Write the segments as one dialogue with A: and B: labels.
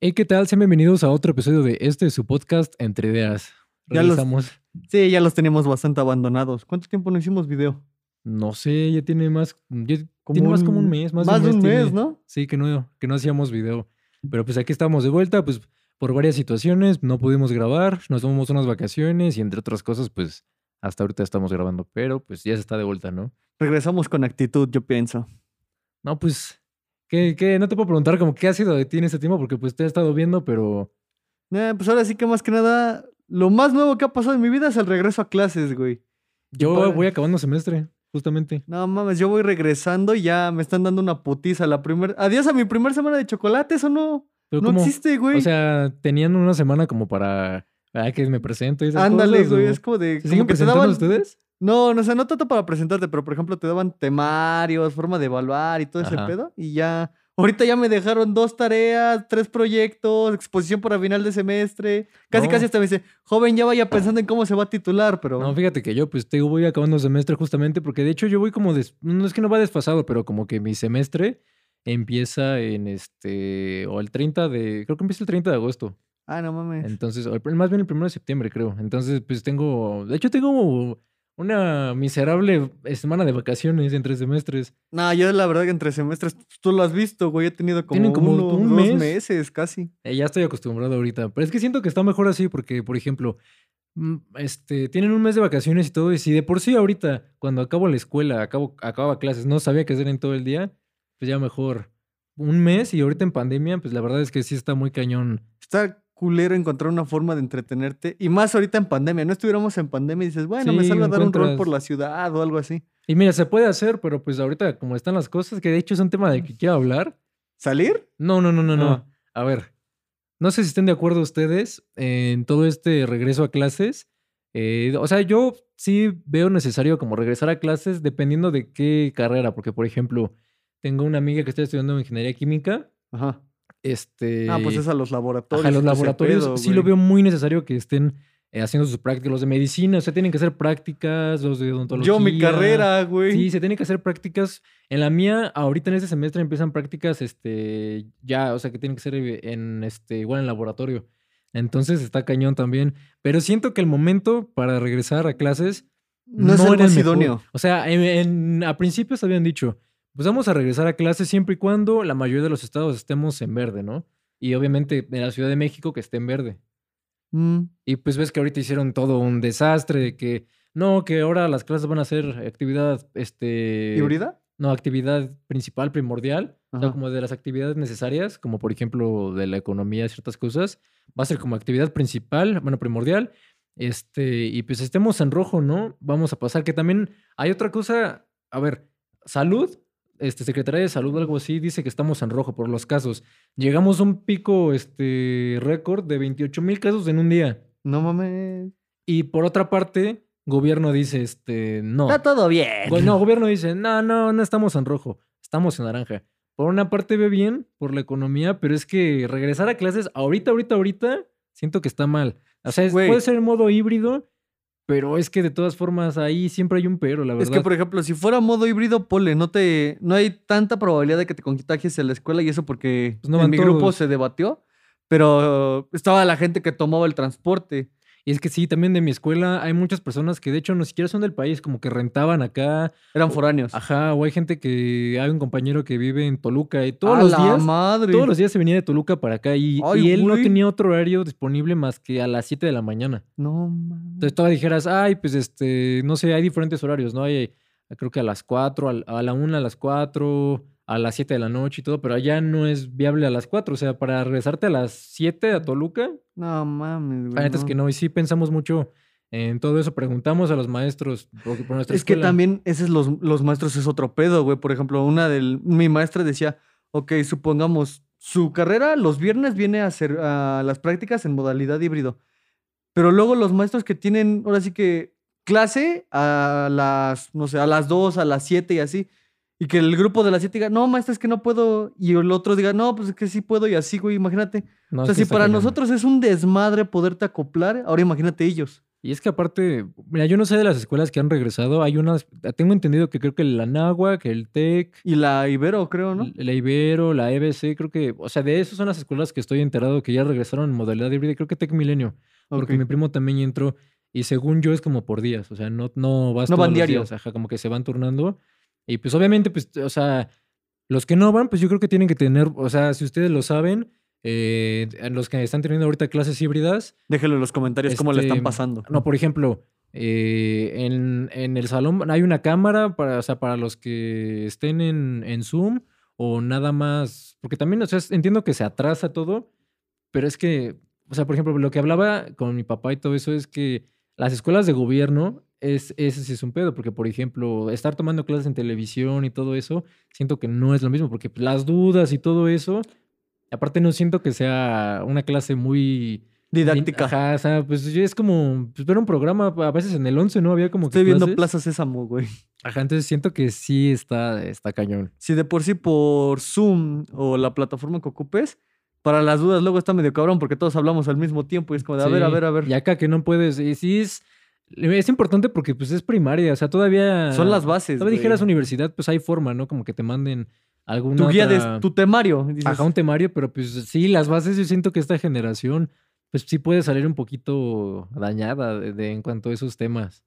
A: Hey, ¿qué tal? Sean bienvenidos a otro episodio de este su podcast Entre Ideas.
B: Ya los-
A: Regresamos.
B: Sí, ya los tenemos bastante abandonados. ¿Cuánto tiempo no hicimos video?
A: No sé, ya tiene más, ya tiene más como un mes, más,
B: de un mes,
A: tiene.
B: ¿no?
A: Sí, que no, que no hacíamos video. Pero pues aquí estamos de vuelta, pues por varias situaciones no pudimos grabar, nos tomamos unas vacaciones y entre otras cosas, pues hasta ahorita estamos grabando, pero pues ya se está de vuelta, ¿no?
B: Regresamos con actitud, yo pienso.
A: No, pues, ¿qué, qué? No te puedo preguntar como qué ha sido de ti en este tiempo, porque pues te he estado viendo, pero
B: Eh, pues ahora sí que más que nada, lo más nuevo que ha pasado en mi vida es el regreso a clases, güey.
A: yo
B: Para-
A: voy acabando semestre, justamente.
B: No mames, yo voy regresando y ya me están dando una putiza. La primer... Adiós a mi primera semana de chocolate, eso no,
A: Pero
B: no
A: ¿cómo?
B: existe, güey.
A: O sea, tenían una semana como para ah, que me presento y esas
B: Ándale,
A: cosas,
B: güey,
A: o-
B: es como de...
A: ¿Se
B: como
A: siguen
B: que te
A: presentando
B: daban-
A: ustedes?
B: No, no, o sea, no tanto para presentarte, pero por ejemplo te daban temarios, forma de evaluar y todo
A: Ajá.
B: ese pedo. Y ya, ahorita ya me dejaron dos tareas, tres proyectos, exposición para final de semestre. Casi,
A: No.
B: casi hasta me dice, joven, ya vaya pensando en cómo se va a titular, pero...
A: No, fíjate que yo pues te digo, voy acabando semestre justamente porque de hecho yo voy como des- no es que no va desfasado, pero como que mi semestre empieza en este o el 30 de creo que empieza el 30 de agosto.
B: Ah, no mames.
A: Entonces, o el pr- más bien el 1 de septiembre, creo. Entonces, pues tengo de hecho tengo una miserable semana de vacaciones entre semestres.
B: No, yo la verdad que entre semestres, tú lo has visto, güey, he tenido como,
A: Tienen como
B: uno,
A: un
B: dos
A: mes.
B: meses casi.
A: Eh, ya estoy acostumbrado ahorita, pero es que siento que está mejor así porque por ejemplo, mm, este, tienen un mes de vacaciones y todo, y si de por sí ahorita, cuando acabo la escuela, acabo, acababa clases, no sabía qué hacer en todo el día, pues ya mejor un mes y ahorita en pandemia, pues la verdad es que sí está muy cañón.
B: Está culero encontrar una forma de entretenerte. Y más ahorita en pandemia, no estuviéramos en pandemia y dices, bueno, me
A: Sí,
B: salgo a dar un rol
A: encuentras-
B: por la ciudad o algo así.
A: Y mira, se puede hacer, pero pues ahorita como están las cosas, que de hecho es un tema del que quiero hablar.
B: ¿Salir?
A: No, no, no, no, no.
B: Ah.
A: A ver, no sé si estén de acuerdo ustedes en todo este regreso a clases. Eh, o sea, yo sí veo necesario como regresar a clases dependiendo de qué carrera, porque por ejemplo, tengo una amiga que está estudiando ingeniería química.
B: Ajá.
A: Este,
B: Ah, pues es a los laboratorios.
A: ajá, los
B: y todo ese
A: laboratorios
B: pedo,
A: sí lo
B: güey.
A: veo muy necesario que estén eh, haciendo sus prácticas, los de medicina, o sea, tienen que hacer prácticas, los de odontología.
B: Yo, mi carrera, güey.
A: Sí, se tienen que hacer prácticas. En la mía, ahorita en este semestre empiezan prácticas, este, ya, o sea, que tienen que ser eh, en, este, igual en laboratorio. Entonces está cañón también. Pero siento que el momento para regresar a clases
B: no, es el
A: era
B: más
A: mejor.
B: idóneo.
A: O sea, en, en- a principios habían dicho, pues vamos a regresar a clases siempre y cuando la mayoría de los estados estemos en verde, ¿no? Y obviamente en la Ciudad de México que esté en verde.
B: Mm.
A: Y pues ves que ahorita hicieron todo un desastre de que no, que ahora las clases van a ser actividad, este...
B: ¿Híbrida?
A: No, actividad principal, primordial, o sea,
B: Ajá.
A: como de las actividades necesarias, como por ejemplo de la economía, ciertas cosas, va a ser como actividad principal, bueno, primordial, este, y pues estemos en rojo, ¿no? Vamos a pasar, que también hay otra cosa, a ver, salud, este, Secretaría de Salud, algo así, dice que estamos en rojo por los casos. Llegamos a un pico, este, récord de 28 mil casos en un día.
B: No mames.
A: Y por otra parte, gobierno dice, este, no.
B: Está todo bien.
A: Go- No, gobierno dice, no, no, no estamos en rojo, estamos en naranja. Por una parte ve bien por la economía, pero es que regresar a clases ahorita, ahorita, ahorita, siento que está mal. O sea, es-
B: Güey.
A: puede ser en modo híbrido, pero es que de todas formas ahí siempre hay un pero, la
B: es
A: verdad.
B: que, por ejemplo, si fuera modo híbrido, pole, no te, no hay tanta probabilidad de que te contagies en la escuela y eso porque
A: Pues no
B: en
A: van
B: mi grupo
A: todos.
B: se debatió, pero estaba la gente que tomaba el transporte.
A: Y es que sí, también de mi escuela hay muchas personas que de hecho ni siquiera son del país, como que rentaban acá.
B: Eran foráneos.
A: Ajá, o hay gente que hay un compañero que vive en Toluca y todos
B: ¡A
A: los
B: la
A: días.
B: madre.
A: Todos los días se venía de Toluca para acá y,
B: Ay,
A: y él no
B: güey.
A: tenía otro horario disponible más que a las 7 de la mañana.
B: No mames.
A: Entonces todavía dijeras, ay, pues este, no sé, hay diferentes horarios, ¿no? Hay, eh, creo que a las 4, al- a la 1, a las 4, a las 7 de la noche y todo, pero allá no es viable a las 4. O sea, para regresarte a las 7 a Toluca,
B: No mames, güey.
A: la neta es
B: no.
A: que no. Y sí pensamos mucho en todo eso. Preguntamos a los maestros por, por nuestra
B: Es que
A: escuela.
B: también esos los, los maestros es otro pedo, güey. Por ejemplo, una del. Mi maestra decía, ok, supongamos, su carrera los viernes viene a hacer a las prácticas en modalidad híbrido. Pero luego los maestros que tienen, ahora sí que clase a las, no sé, a las 2, a las 7 y así. Y que el grupo de las 7 diga, no, maestra, es que no puedo. Y el otro diga, no, pues es que sí puedo y así, güey, imagínate.
A: No,
B: o
A: es
B: sea,
A: que
B: si
A: está
B: para
A: cañón.
B: nosotros es un desmadre poderte acoplar, ahora imagínate ellos.
A: Y es que aparte, mira, yo no sé de las escuelas que han regresado. Hay unas, tengo entendido que creo que la NAWAC, el TEC,
B: Y la Ibero, creo, ¿no?
A: la Ibero, la EBC, creo que, o sea, de esas son las escuelas que estoy enterado que ya regresaron en modalidad híbrida. y Creo que Tec Milenio, porque
B: Ok.
A: mi primo también ya entró y según yo es como por días, o sea, no, no vas
B: No
A: todos
B: van
A: los
B: diario.
A: días, ajá, como que se van turnando. Y pues obviamente, pues, o sea, los que no van, pues yo creo que tienen que tener, o sea, si ustedes lo saben, eh, los que están teniendo ahorita clases híbridas,
B: Déjenlo en los comentarios cómo le están
A: Este,
B: pasando.
A: no, por ejemplo, eh, en, en el salón hay una cámara para, o sea, para los que estén en, en Zoom o nada más. Porque también, o sea, es- entiendo que se atrasa todo, pero es que, o sea, por ejemplo, lo que hablaba con mi papá y todo eso es que las escuelas de gobierno. Es, ese sí es un pedo, porque por ejemplo, estar tomando clases en televisión y todo eso, siento que no es lo mismo, porque pues, las dudas y todo eso, aparte no siento que sea una clase muy, Bien,
B: Didáctica.
A: Ajá, o sea, pues yo- es como pues, ver un programa, a veces en el 11, ¿no? Había como que
B: Estoy viendo
A: clases.
B: Plaza Sésamo, güey.
A: Ajá, entonces siento que sí está, está cañón.
B: Si de por sí por Zoom o la plataforma que ocupes, para las dudas luego está medio cabrón porque todos hablamos al mismo tiempo y es como de, a ver, a
A: Sí,
B: ver, a ver.
A: Y acá que no puedes, y sí es, es importante porque pues es primaria, o sea, todavía...
B: Son las bases,
A: Todavía dijeras
B: güey.
A: universidad, pues hay forma, ¿no? Como que te manden alguna
B: Tu guía,
A: otra-
B: de, tu temario. dices,
A: Ajá, un temario, pero pues sí, las bases yo siento que esta generación pues sí puede salir un poquito dañada de- de- en cuanto a esos temas.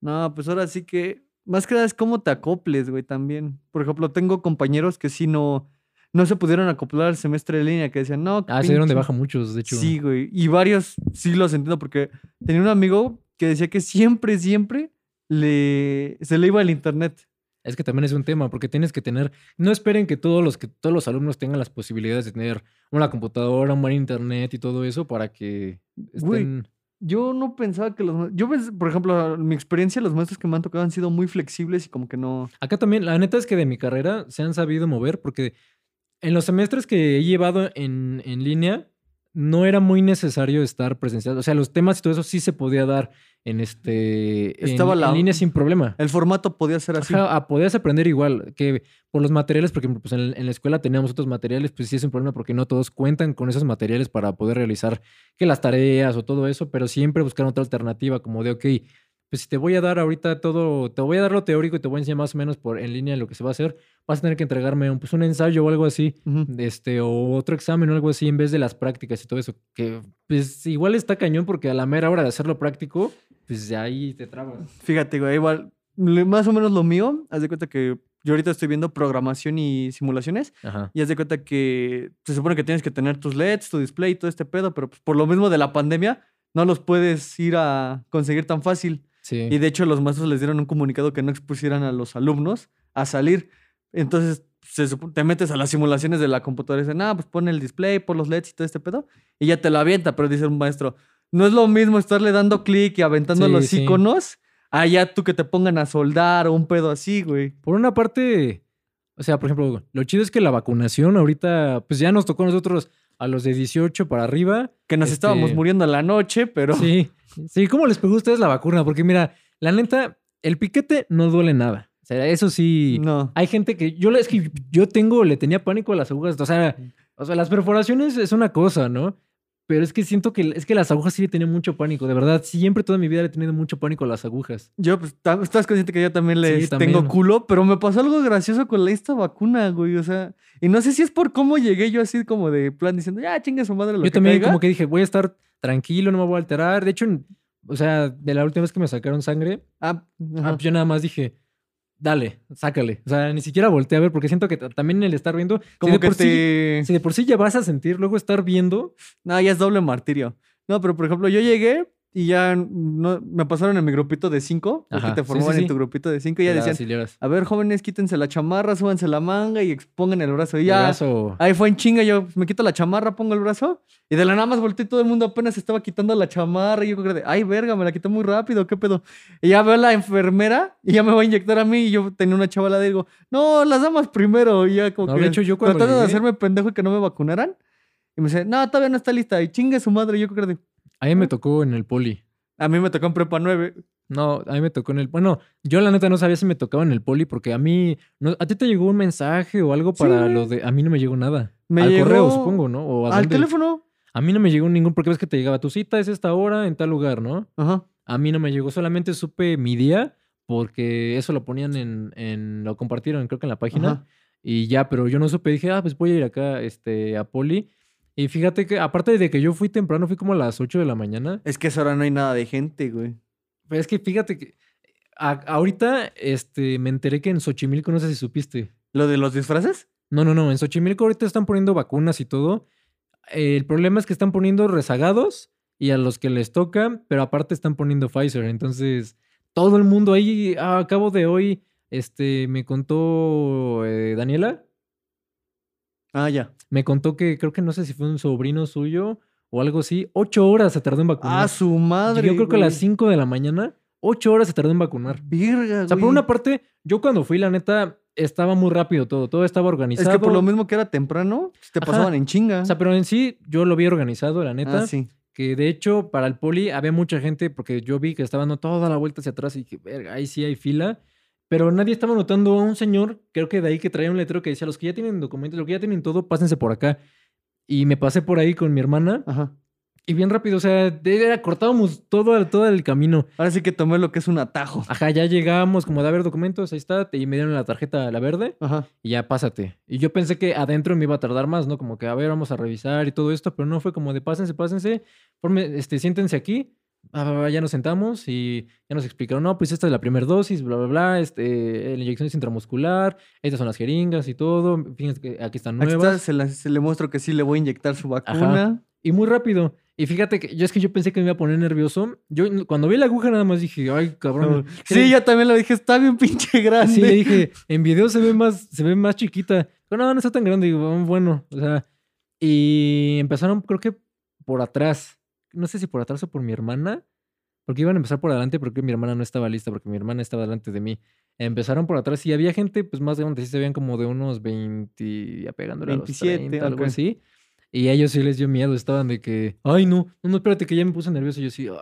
B: No, pues ahora sí que. Más que nada es cómo te acoples, güey, también. Por ejemplo, tengo compañeros que sí no. No se pudieron acoplar al semestre de línea, que decían, no.
A: Ah, se dieron de
B: pinche-
A: baja muchos, de hecho.
B: Sí, güey. Y varios sí los entiendo porque tenía un amigo que decía que siempre, siempre le, se le iba el internet.
A: Es que también es un tema, porque tienes que tener, no esperen que todos los que todos los alumnos tengan las posibilidades de tener una computadora, un buen internet y todo eso para que
B: Güey.
A: estén.
B: Yo no pensaba que los... ma- Yo, pens- por ejemplo, en mi experiencia, los maestros que me han tocado han sido muy flexibles y como que no...
A: Acá también, la neta es que de mi carrera se han sabido mover, porque en los semestres que he llevado en, en línea, no era muy necesario estar presencial. O sea, los temas y todo eso sí se podía dar en este en-
B: Estaba
A: en,
B: la-
A: línea sin problema.
B: El formato podía ser así.
A: Ajá, a- podías aprender igual que por los materiales, porque pues, en, en la escuela teníamos otros materiales, pues sí es un problema porque no todos cuentan con esos materiales para poder realizar que las tareas o todo eso, pero siempre buscar otra alternativa como de, ok, pues si te voy a dar ahorita todo, te voy a dar lo teórico y te voy a enseñar más o menos por en línea lo que se va a hacer, vas a tener que entregarme un, pues, un ensayo o algo así,
B: Ujú.
A: este, o otro examen o algo así en vez de las prácticas y todo eso, que pues igual está cañón porque a la mera hora de hacerlo práctico, pues ya ahí te trabas.
B: Fíjate, güey, igual, le- más o menos lo mío, haz de cuenta que yo ahorita estoy viendo programación y simulaciones
A: Ajá.
B: y haz de cuenta que se supone que tienes que tener tus LEDs, tu display y todo este pedo, pero pues, por lo mismo de la pandemia no los puedes ir a conseguir tan fácil.
A: Sí.
B: Y de hecho los maestros les dieron un comunicado que no expusieran a los alumnos a salir. Entonces se supo- te metes a las simulaciones de la computadora y dicen, ah, pues pon el display, pon los LEDs y todo este pedo. Y ya te la avienta, pero dice un maestro, no es lo mismo estarle dando clic y aventando
A: Sí,
B: los
A: sí.
B: iconos a ya tú que te pongan a soldar o un pedo así, güey.
A: Por una parte, o sea, por ejemplo, lo chido es que la vacunación ahorita, pues ya nos tocó a nosotros a los de 18 para arriba.
B: Que nos
A: Este-
B: estábamos muriendo en la noche, pero...
A: Sí, sí, ¿cómo les pegó a ustedes la vacuna? Porque mira, la neta, el piquete no duele nada. O sea, eso sí.
B: No.
A: Hay gente que yo es que yo tengo, le tenía pánico a las agujas. O sea, o sea, las perforaciones es una cosa, ¿no? Pero es que siento que es que las agujas sí le tenía mucho pánico. De verdad, siempre toda mi vida le he tenido mucho pánico a las agujas.
B: Yo, pues, tam- estás consciente que yo también les tengo
A: también.
B: culo, pero me pasó algo gracioso con la- esta vacuna, güey. O sea, y no sé si es por cómo llegué yo así como de plan diciendo, ya chinga su madre lo
A: Yo
B: que
A: también
B: caiga".
A: como que dije, voy a estar tranquilo, no me voy a alterar. De hecho, en- o sea, de la última vez que me sacaron sangre,
B: Ah,
A: ah,
B: ajá.
A: pues yo nada más dije, dale, sácale. O sea, ni siquiera volteé a ver porque siento que ta- también el estar viendo, si
B: como
A: de
B: que
A: por sí-
B: te.
A: si de por sí ya vas a sentir, luego estar viendo,
B: No, ya es doble martirio. No, pero por ejemplo, yo llegué y ya no, me pasaron en mi grupito de cinco, porque
A: Ajá,
B: te
A: sí, sí,
B: formaban en
A: sí.
B: tu grupito de cinco y ya
A: te la
B: decían,
A: auxiliaras.
B: a ver, jóvenes, quítense la chamarra, súbanse la manga y expongan el brazo. Y ya.
A: El brazo-
B: Ahí fue en chinga, yo pues, me quito la chamarra, pongo el brazo y de la nada más volteé y todo el mundo apenas estaba quitando la chamarra y yo creo de, ay verga, me la quitó muy rápido, qué pedo. Y ya veo a la enfermera y ya me va a inyectar a mí y yo tenía una chavala de digo, no, las damas primero y ya como
A: No,
B: que
A: de hecho, yo cuando
B: tratando de
A: llegué-
B: hacerme pendejo y que no me vacunaran y me dice, no, todavía no está lista y chingue su madre, yo creo de,
A: A mí me tocó en el poli.
B: a mí me tocó en prepa 9.
A: No, a mí me tocó en el... Bueno, yo la neta no sabía si me tocaba en el poli porque a mí... no- ¿A ti te llegó un mensaje o algo
B: Sí,
A: para
B: güey.
A: lo de...? A mí no me llegó nada.
B: Me
A: Al
B: llegó
A: correo, supongo, ¿no? ¿O a
B: Al
A: dónde?
B: teléfono.
A: A mí no me llegó ningún, porque ves que te llegaba tu cita es esta hora en tal lugar, ¿no?
B: Ajá.
A: A mí no me llegó, solamente supe mi día porque eso lo ponían en, en lo compartieron creo que en la página
B: Ajá.
A: y ya, pero yo no supe, dije, ah, pues voy a ir acá este, a Poli. Y fíjate que aparte de que yo fui temprano, fui como a las 8 de la mañana.
B: Es que a esa hora no hay nada de gente, güey.
A: Pero es que fíjate que a- ahorita este, me enteré que en Xochimilco, no sé si supiste.
B: ¿Lo de los disfraces?
A: No, no, no. En Xochimilco ahorita están poniendo vacunas y todo. Eh, El problema es que están poniendo rezagados y a los que les toca, pero aparte están poniendo Pfizer. Entonces, todo el mundo ahí, ah, a cabo de hoy, este, me contó eh, Daniela,
B: Ah, ya.
A: me contó que creo que no sé si fue un sobrino suyo o algo así, ocho horas se tardó en vacunar.
B: Ah, su madre.
A: Yo creo que a
B: güey.
A: las cinco de la mañana, ocho horas se tardó en vacunar.
B: Virga,
A: O sea, por
B: güey.
A: una parte, yo cuando fui, la neta, estaba muy rápido todo, todo estaba
B: Es
A: organizado.
B: que por lo mismo que era temprano, pues, te
A: Ajá.
B: pasaban en chinga.
A: O sea, pero en sí, yo lo vi organizado, la neta.
B: ah, sí.
A: Que de hecho, para el poli había mucha gente, porque yo vi que estaba dando toda la vuelta hacia atrás y que, verga, ahí sí hay fila. Pero nadie estaba notando a un señor, creo que de ahí que traía un letrero que decía: los que ya tienen documentos, los que ya tienen todo, pásense por acá. Y me pasé por ahí con mi hermana
B: Ajá.
A: y bien rápido, o sea, de- era- cortábamos todo, el- todo el camino.
B: Ahora sí que tomé lo que es un atajo.
A: Ajá, ya llegábamos como de haber documentos, ahí está, te- y me dieron la tarjeta, la verde
B: Ajá.
A: y ya pásate. Y yo pensé que adentro me iba a tardar más, ¿no? Como que, a ver, vamos a revisar y todo esto, pero no fue como de pásense, pásense, forme- este, siéntense aquí, ah, va, va, ya nos sentamos y ya nos explicaron, no, pues esta es la primera dosis, bla, bla, bla, este, eh, la inyección es intramuscular, estas son las jeringas y todo, fíjense que aquí están
B: Aquí
A: nuevas.
B: está, se, la- se le muestro que sí le voy a inyectar su vacuna.
A: Y muy rápido. Y fíjate que yo es que yo pensé que me iba a poner nervioso. Yo n- cuando vi la aguja nada más dije, ay, cabrón.
B: Sí, yo también lo dije, está bien pinche grande.
A: Sí, le dije, en video se ve más, se ve más chiquita. Pero no, no está tan grande. Digo, "Ah, bueno, o sea. Y empezaron, creo que por atrás. No sé si por atrás o por mi hermana. Porque iban a empezar por adelante porque mi hermana no estaba lista, porque mi hermana estaba delante de mí. Empezaron por atrás y había gente, pues más grande, sí se veían como de unos 20, ya pegándole
B: 27,
A: a los 30, algo
B: ok.
A: así. Y a ellos sí les dio miedo, estaban de que, ay no, no, no, espérate que ya me puse nervioso. Y yo sí, "Ugh".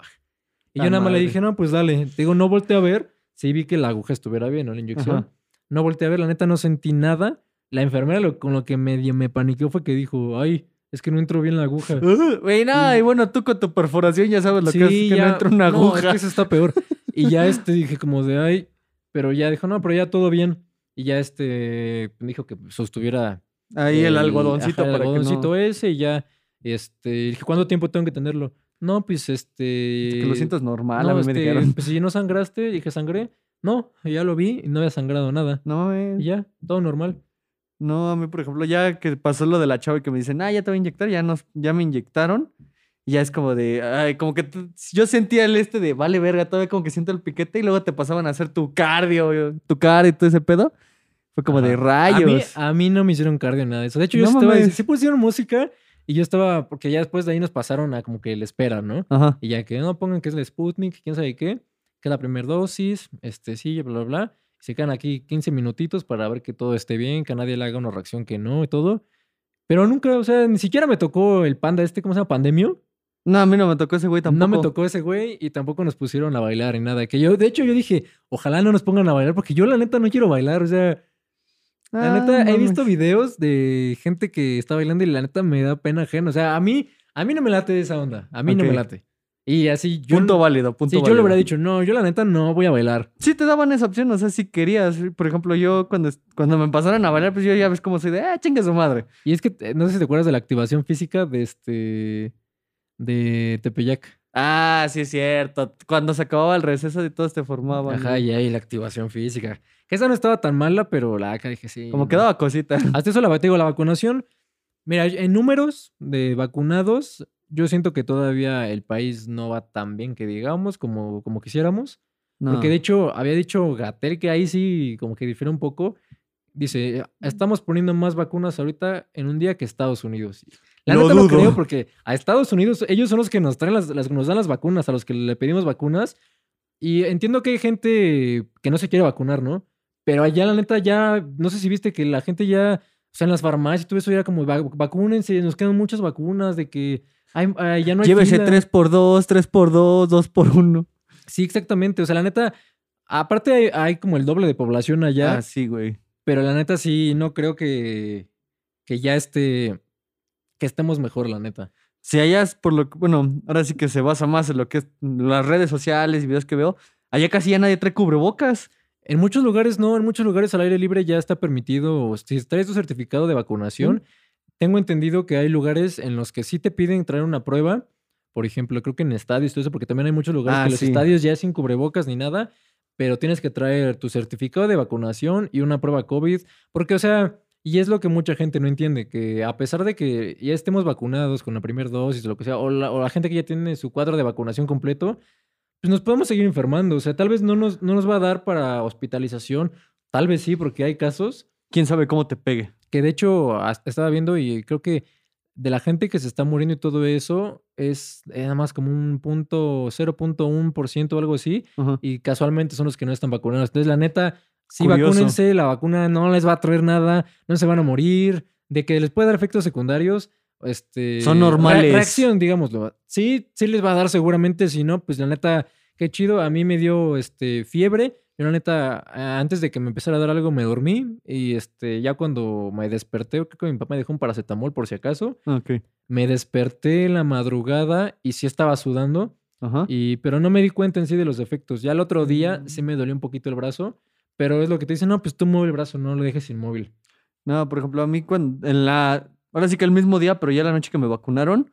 A: Y
B: La
A: yo nada más le
B: madre.
A: dije, no, pues dale. Te digo, no volteé a ver. Sí vi que la aguja estuviera bien, ¿no? La inyección.
B: Ajá.
A: No volteé a ver, la neta no sentí nada. La enfermera lo- con lo que medio me paniqueó fue que dijo, ay, es que no entró bien la aguja.
B: Uh, Güey, no,
A: Sí.
B: y bueno, tú con tu perforación ya sabes lo
A: Sí,
B: que es que no
A: ya-
B: entra una
A: no,
B: aguja.
A: es que eso está peor. Y ya este dije como de, ay, pero ya dijo, no, pero ya todo bien. Y ya este dijo que sostuviera
B: Ahí el,
A: ajá,
B: algodoncito
A: el
B: para
A: algodoncito
B: que
A: ese y ya, este, dije, ¿cuánto tiempo tengo que tenerlo? No, pues este...
B: no... Que lo sientas normal,
A: no,
B: a mí me
A: este,
B: dijeron.
A: Pues si no sangraste, dije, sangré. No, ya lo vi y no había sangrado nada.
B: No, eh,
A: Y ya, todo normal.
B: no, a mí, por ejemplo, ya que pasó lo de la chava y que me dicen, ah, ya te voy a inyectar, ya, nos, ya me inyectaron. Y ya es como de, ay, como que tú- yo sentía el este de, vale, verga, todavía como que siento el piquete y luego te pasaban a hacer tu cardio, tu cardio y todo ese pedo. Fue como de
A: Ajá.
B: rayos.
A: A mí, a mí no me hicieron cardio ni nada de eso. De hecho, yo
B: No
A: sí estaba,
B: mames.
A: sí pusieron música y yo estaba, porque ya después de ahí nos pasaron a como que la espera, ¿no?
B: Ajá.
A: Y ya que no pongan que es la Sputnik, quién sabe qué, que es la primera dosis, este sí, bla, bla, bla. Se quedan aquí 15 minutitos para ver que todo esté bien, que a nadie le haga una reacción que no y todo. Pero nunca, o sea, ni siquiera me tocó el panda este, ¿cómo se llama? Pandemio.
B: No, a mí no me tocó ese güey tampoco.
A: No me tocó ese güey y tampoco nos pusieron a bailar ni nada. Que yo, de hecho, yo dije, ojalá no nos pongan a bailar porque yo la neta no quiero bailar. O sea, la
B: Ah,
A: neta he
B: mames.
A: visto videos de gente que está bailando y la neta me da pena ajena. O sea, a mí, a mí no me late esa onda. A mí no me
B: Ok.
A: late. Y así yo.
B: Punto válido, punto
A: sí,
B: válido.
A: yo le hubiera dicho, no, yo la neta no voy a bailar.
B: Sí te daban esa opción, o sea, si querías. Por ejemplo, yo cuando, cuando me pasaron a bailar, pues yo ya ves cómo soy de, ah, chinga su madre.
A: Y es que eh, no sé si te acuerdas de la activación física de este. de Tepeyac.
B: Ah, sí es cierto. Cuando se acababa el receso y todos te formaban.
A: Ajá, y ahí la activación física. Que esa no estaba tan mala, pero la acá dije sí.
B: Como
A: no.
B: quedaba cosita.
A: Hasta eso la, va- te digo, la vacunación. Mira, en números de vacunados, yo siento que todavía el país no va tan bien que digamos como, como quisiéramos. Porque de hecho, había dicho Gatel que ahí sí como que difiere un poco. Dice, estamos poniendo más vacunas ahorita en un día que Estados Unidos. Y La
B: Lo
A: neta lo creo
B: dudo.
A: porque a Estados Unidos ellos son los que nos traen las, las- nos dan las vacunas, a los que le pedimos vacunas. Y entiendo que hay gente que no se quiere vacunar, ¿no? Pero allá la neta ya, no sé si viste que la gente ya, o sea, en las farmacias y todo eso era como, "Va- vacúnense, nos quedan muchas vacunas, de que hay- ay, ya no hay
B: Llévese
A: fila".
B: 3x2, 3x2, 2x1.
A: Sí, exactamente. O sea, la neta, aparte hay, hay como el doble de población allá,
B: Ah, sí, güey.
A: pero la neta sí, no creo que, que ya este, que estemos mejor, la neta.
B: Si allá por lo que, bueno, ahora sí que se basa más en lo que es las redes sociales y videos que veo, allá casi ya nadie trae cubrebocas.
A: En muchos lugares no, en muchos lugares al aire libre ya está permitido, si traes tu certificado de vacunación, tengo entendido que hay lugares en los que sí te piden traer una prueba, por ejemplo, creo que en estadios, y todo eso, porque también hay muchos lugares
B: Ah,
A: que los
B: sí.
A: estadios ya es sin cubrebocas ni nada, pero tienes que traer tu certificado de vacunación y una prueba COVID, porque, o sea, y es lo que mucha gente no entiende, que a pesar de que ya estemos vacunados con la primera dosis o lo que sea, o la, o la gente que ya tiene su cuadro de vacunación completo, pues nos podemos seguir enfermando, o sea, tal vez no nos, no nos va a dar para hospitalización, tal vez sí, porque hay casos,
B: Quién sabe cómo te pegue.
A: que de hecho as- estaba viendo y creo que de la gente que se está muriendo y todo eso es eh, nada más como un punto 0.1% o algo así
B: Ajá.
A: y casualmente son los que no están vacunados. Entonces la neta, sí
B: Curioso.
A: vacúnense, la vacuna no les va a traer nada, no se van a morir, de que les puede dar efectos secundarios. Este,
B: Son
A: re-
B: normales.
A: reacción, digámoslo. Sí, sí les va a dar seguramente, si no, pues la neta, qué chido. A mí me dio este, fiebre. Yo la neta, a- antes de que me empezara a dar algo, me dormí. Y este, ya cuando me desperté, creo que mi papá me dejó un paracetamol por si acaso.
B: Ok.
A: Me desperté en la madrugada y sí estaba sudando.
B: Ajá.
A: Y, pero no me di cuenta en sí de los efectos. Ya el otro día sí
B: Mm.
A: me dolió un poquito el brazo, pero es lo que te dicen, no, pues tú mueve el brazo, no lo dejes inmóvil.
B: No, por ejemplo, a mí cuando en la ahora sí que el mismo día, pero ya la noche que me vacunaron,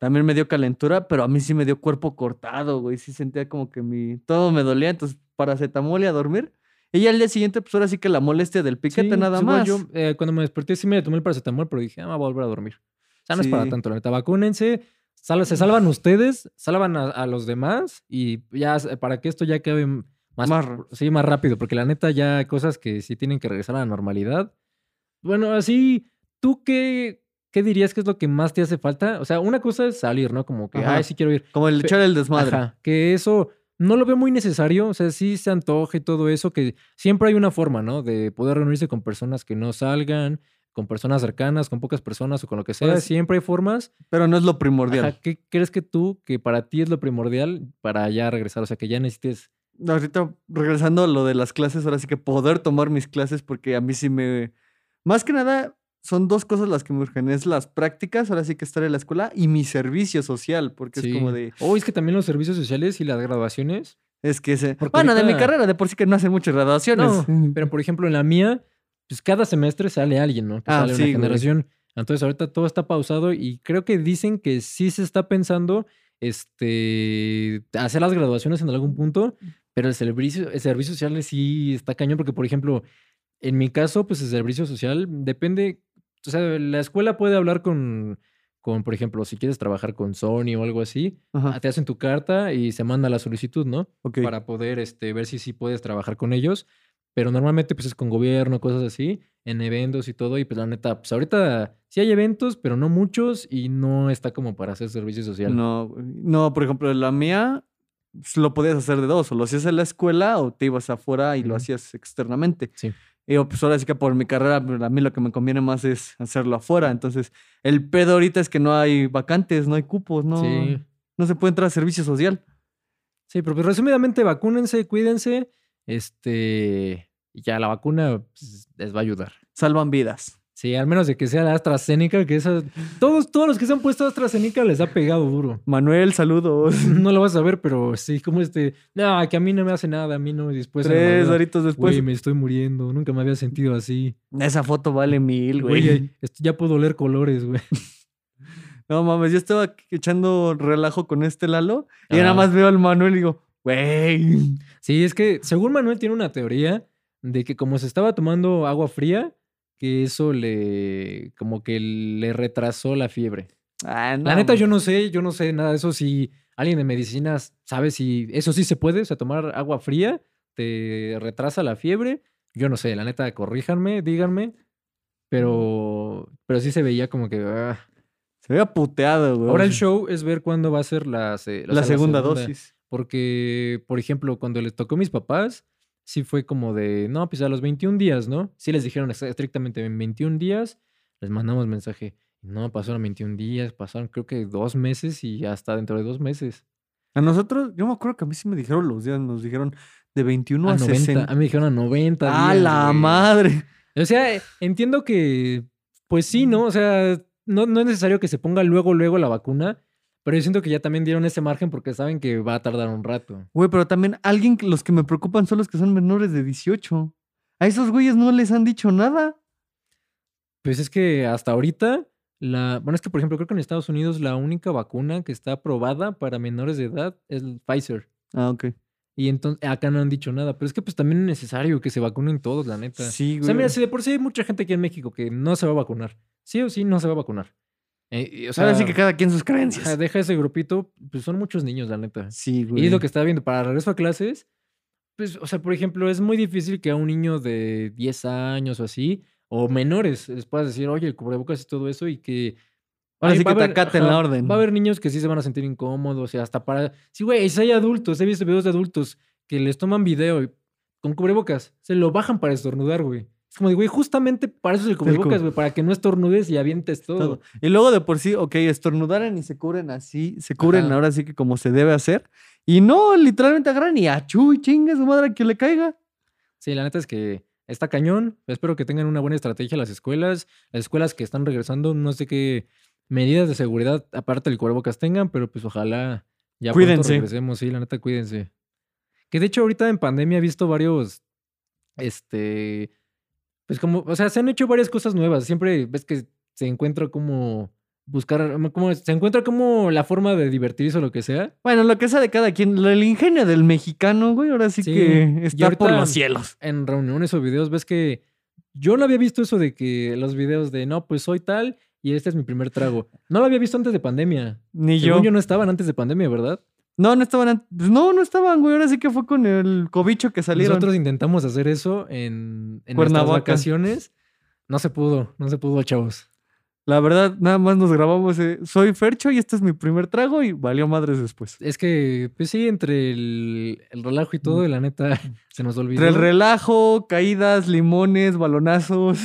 B: también me dio calentura, pero a mí sí me dio cuerpo cortado, güey, sí sentía como que mi todo me dolía, entonces paracetamol y a dormir. Y ya el día siguiente, pues ahora sí que la molestia del piquete
A: Sí,
B: nada
A: pues igual
B: más.
A: Yo, eh, cuando me desperté sí me tomé el paracetamol, pero dije, ah, me voy a volver a dormir. O sea, no es para
B: Sí.
A: tanto, la neta, vacúnense, sal- se salvan ustedes, salvan a, a los demás y ya, s- para que esto ya acabe m- más,
B: Más r-
A: sí, más rápido, porque la neta ya hay cosas que sí tienen que regresar a la normalidad. Bueno, así, ¿tú qué, qué dirías que es lo que más te hace falta? O sea, una cosa es salir, ¿no? Como que,
B: Ajá.
A: ay, sí quiero ir.
B: Como el
A: Fe-
B: echar el desmadre.
A: Ajá, que eso no lo veo muy necesario, o sea, sí se antoja y todo eso, que siempre hay una forma, ¿no? De poder reunirse con personas que no salgan, con personas cercanas, con pocas personas o con lo que sea,
B: Ahora sí-
A: siempre hay formas.
B: Pero no es lo Pues primordial.
A: Ajá, ¿Qué crees que tú, que para ti es lo primordial para ya regresar? O sea, que ya necesites...
B: Ahorita regresando a lo de las clases, ahora sí que poder tomar mis clases porque a mí sí me... Más que nada son dos cosas las que me urgen. Es las prácticas, ahora sí que estar en la escuela y mi servicio social, porque es como
A: Sí.
B: de...
A: O es que también los servicios sociales y las graduaciones,
B: Es que se...
A: Porque
B: Bueno, de mi
A: ahorita-
B: carrera, de por sí que no hacen muchas graduaciones.
A: Pues,
B: Mm.
A: pero por ejemplo en la mía, pues cada semestre sale alguien, ¿no? Que
B: Ah,
A: sale
B: sí,
A: una
B: güey.
A: generación. Entonces ahorita todo está pausado y creo que dicen que sí se está pensando este hacer las graduaciones en algún punto, pero el servicio, el servicio social sí está cañón, porque por ejemplo, en mi caso, pues el servicio social depende, o sea, la escuela puede hablar con, con, por ejemplo, si quieres trabajar con Sony o algo así,
B: Ajá,
A: te hacen tu carta y se manda la solicitud, ¿no?
B: ok.
A: para poder este, ver si sí puedes trabajar con ellos. Pero normalmente pues es con gobierno, cosas así, en eventos y todo. Y pues la neta, pues ahorita sí hay eventos, pero no muchos y no está como para hacer servicio social.
B: No, güey. no, por ejemplo, la mía pues, lo podías hacer de dos, o lo hacías en la escuela o te ibas afuera y lo
A: Ujú.
B: hacías externamente.
A: Sí.
B: Y yo, pues ahora sí que por mi carrera, pues, a mí lo que me conviene más es hacerlo afuera. Entonces, el pedo ahorita es que no hay vacantes, no hay cupos, no,
A: Sí.
B: no se puede entrar a servicio social.
A: Sí, pero pues, resumidamente, vacúnense, cuídense. Este, y ya la vacuna pues, les va a ayudar.
B: Salvan vidas.
A: Sí, al menos de que sea la AstraZeneca, que esa. Todos, todos los que se han puesto AstraZeneca les ha pegado duro.
B: Manuel, saludos.
A: No lo vas a ver, pero sí, como este. No, que a mí no me hace nada, a mí no me dispuesta.
B: Tres horitos después.
A: Pues, Güey, me estoy muriendo. Nunca me había sentido así.
B: Esa foto vale mil, güey.
A: Güey, esto- ya puedo leer colores, güey.
B: No mames, yo estaba aquí echando relajo con este Lalo y nada
A: Ah.
B: más veo al Manuel y digo, güey.
A: Sí, es que según Manuel tiene una teoría de que como se estaba tomando agua fría, que eso le como que le retrasó la fiebre.
B: Ah, no,
A: la neta
B: güey.
A: yo no sé, yo no sé nada de eso si alguien de medicina sabe si eso sí se puede, o sea, tomar agua fría te retrasa la fiebre. Yo no sé, la neta corríjanme, díganme, pero pero sí se veía como que ah.
B: Se veía puteado, güey.
A: Ahora el show es ver cuándo va a ser la, se- o sea,
B: La segunda dosis.
A: Porque, por ejemplo, cuando les tocó a mis papás, sí fue como de, no, pues a los 21 días, ¿no? Sí les dijeron ex- estrictamente en 21 días, les mandamos mensaje. No, pasaron 21 días, pasaron creo que dos meses y hasta dentro de dos meses.
B: A nosotros, yo me acuerdo que a mí sí me dijeron los días, nos dijeron de 21
A: a
B: a,
A: 90.
B: 60.
A: A mí me dijeron a 90
B: ¡Ah,
A: días,
B: la
A: güey.
B: madre!
A: O sea, entiendo que, pues sí, ¿no? O sea, no, no es necesario que se ponga luego, luego la vacuna, pero yo siento que ya también dieron ese margen porque saben que va a tardar un rato.
B: Güey, pero también alguien, que- los que me preocupan son los que son menores de 18. A esos güeyes no les han dicho nada.
A: Pues es que hasta ahorita, la, bueno, es que por ejemplo creo que en Estados Unidos la única vacuna que está aprobada para menores de edad es el Pfizer.
B: Ah, ok.
A: Y entonces acá no han dicho nada, pero es que pues también es necesario que se vacunen todos, la neta.
B: Sí,
A: O
B: güey.
A: sea, mira, si de por sí hay mucha gente aquí en México que no se va a vacunar, sí o sí no se va a vacunar. Eh, y, o sea,
B: Ahora sí que cada quien sus
A: ajá,
B: creencias.
A: deja ese grupito, pues son muchos niños, la neta.
B: Sí, güey.
A: Y es lo que estaba viendo para regreso a clases. Pues, o sea, por ejemplo, es muy difícil que a un niño de 10 años o así, o menores, les puedas decir, oye, el cubrebocas y todo eso, y que.
B: Ahora
A: Ay,
B: sí
A: va
B: que
A: a
B: te
A: haber-
B: acaten la
A: ajá,
B: orden.
A: Va a haber niños que sí se van a sentir incómodos, y hasta para. Sí, güey, si hay adultos, he visto videos de adultos que les toman video y- con cubrebocas, se lo bajan para estornudar, güey. Es como de, güey, justamente para eso es el
B: cu-
A: cubrebocas, güey, para que no estornudes y avientes todo.
B: Todo. Y luego de por sí, ok, estornudaran y se cubren así, se cubren
A: Ajá.
B: ahora sí que como se debe hacer. Y no, literalmente agarran y achú y chingue su madre a quien le caiga.
A: Sí, la neta es que está cañón. Espero que tengan una buena estrategia las escuelas. Las escuelas que están regresando, no sé qué medidas de seguridad aparte del cubrebocas tengan, pero pues ojalá ya pronto
B: Cuídense.
A: regresemos. Sí, la neta, cuídense. Que de hecho ahorita en pandemia he visto varios, este, pues como, o sea, se han hecho varias cosas nuevas. Siempre ves que se encuentra como buscar, como, se encuentra como la forma de divertirse o lo que sea.
B: Bueno, lo que sea de cada quien, lo- el ingenio del mexicano, güey, ahora sí,
A: Sí.
B: que
A: Y
B: está por
A: ahorita-
B: los cielos.
A: en reuniones o videos ves que yo no había visto eso de que los videos de no, pues soy tal y este es mi primer trago. No lo había visto antes de pandemia.
B: Ni
A: Según
B: yo.
A: yo no estaban antes de pandemia, ¿verdad?
B: No, no estaban. an- pues no, no estaban, güey. Ahora sí que fue con el cobicho que salieron.
A: Nosotros intentamos hacer eso en, en nuestras
B: Cuernavaca.
A: vacaciones. No se pudo, no se pudo, chavos.
B: La verdad, nada más nos grabamos. eh, Soy Fercho y este es mi primer trago y valió madres después.
A: Es que, pues sí, entre el, el relajo y todo, la neta, se nos olvidó.
B: Entre el relajo, caídas, limones, balonazos.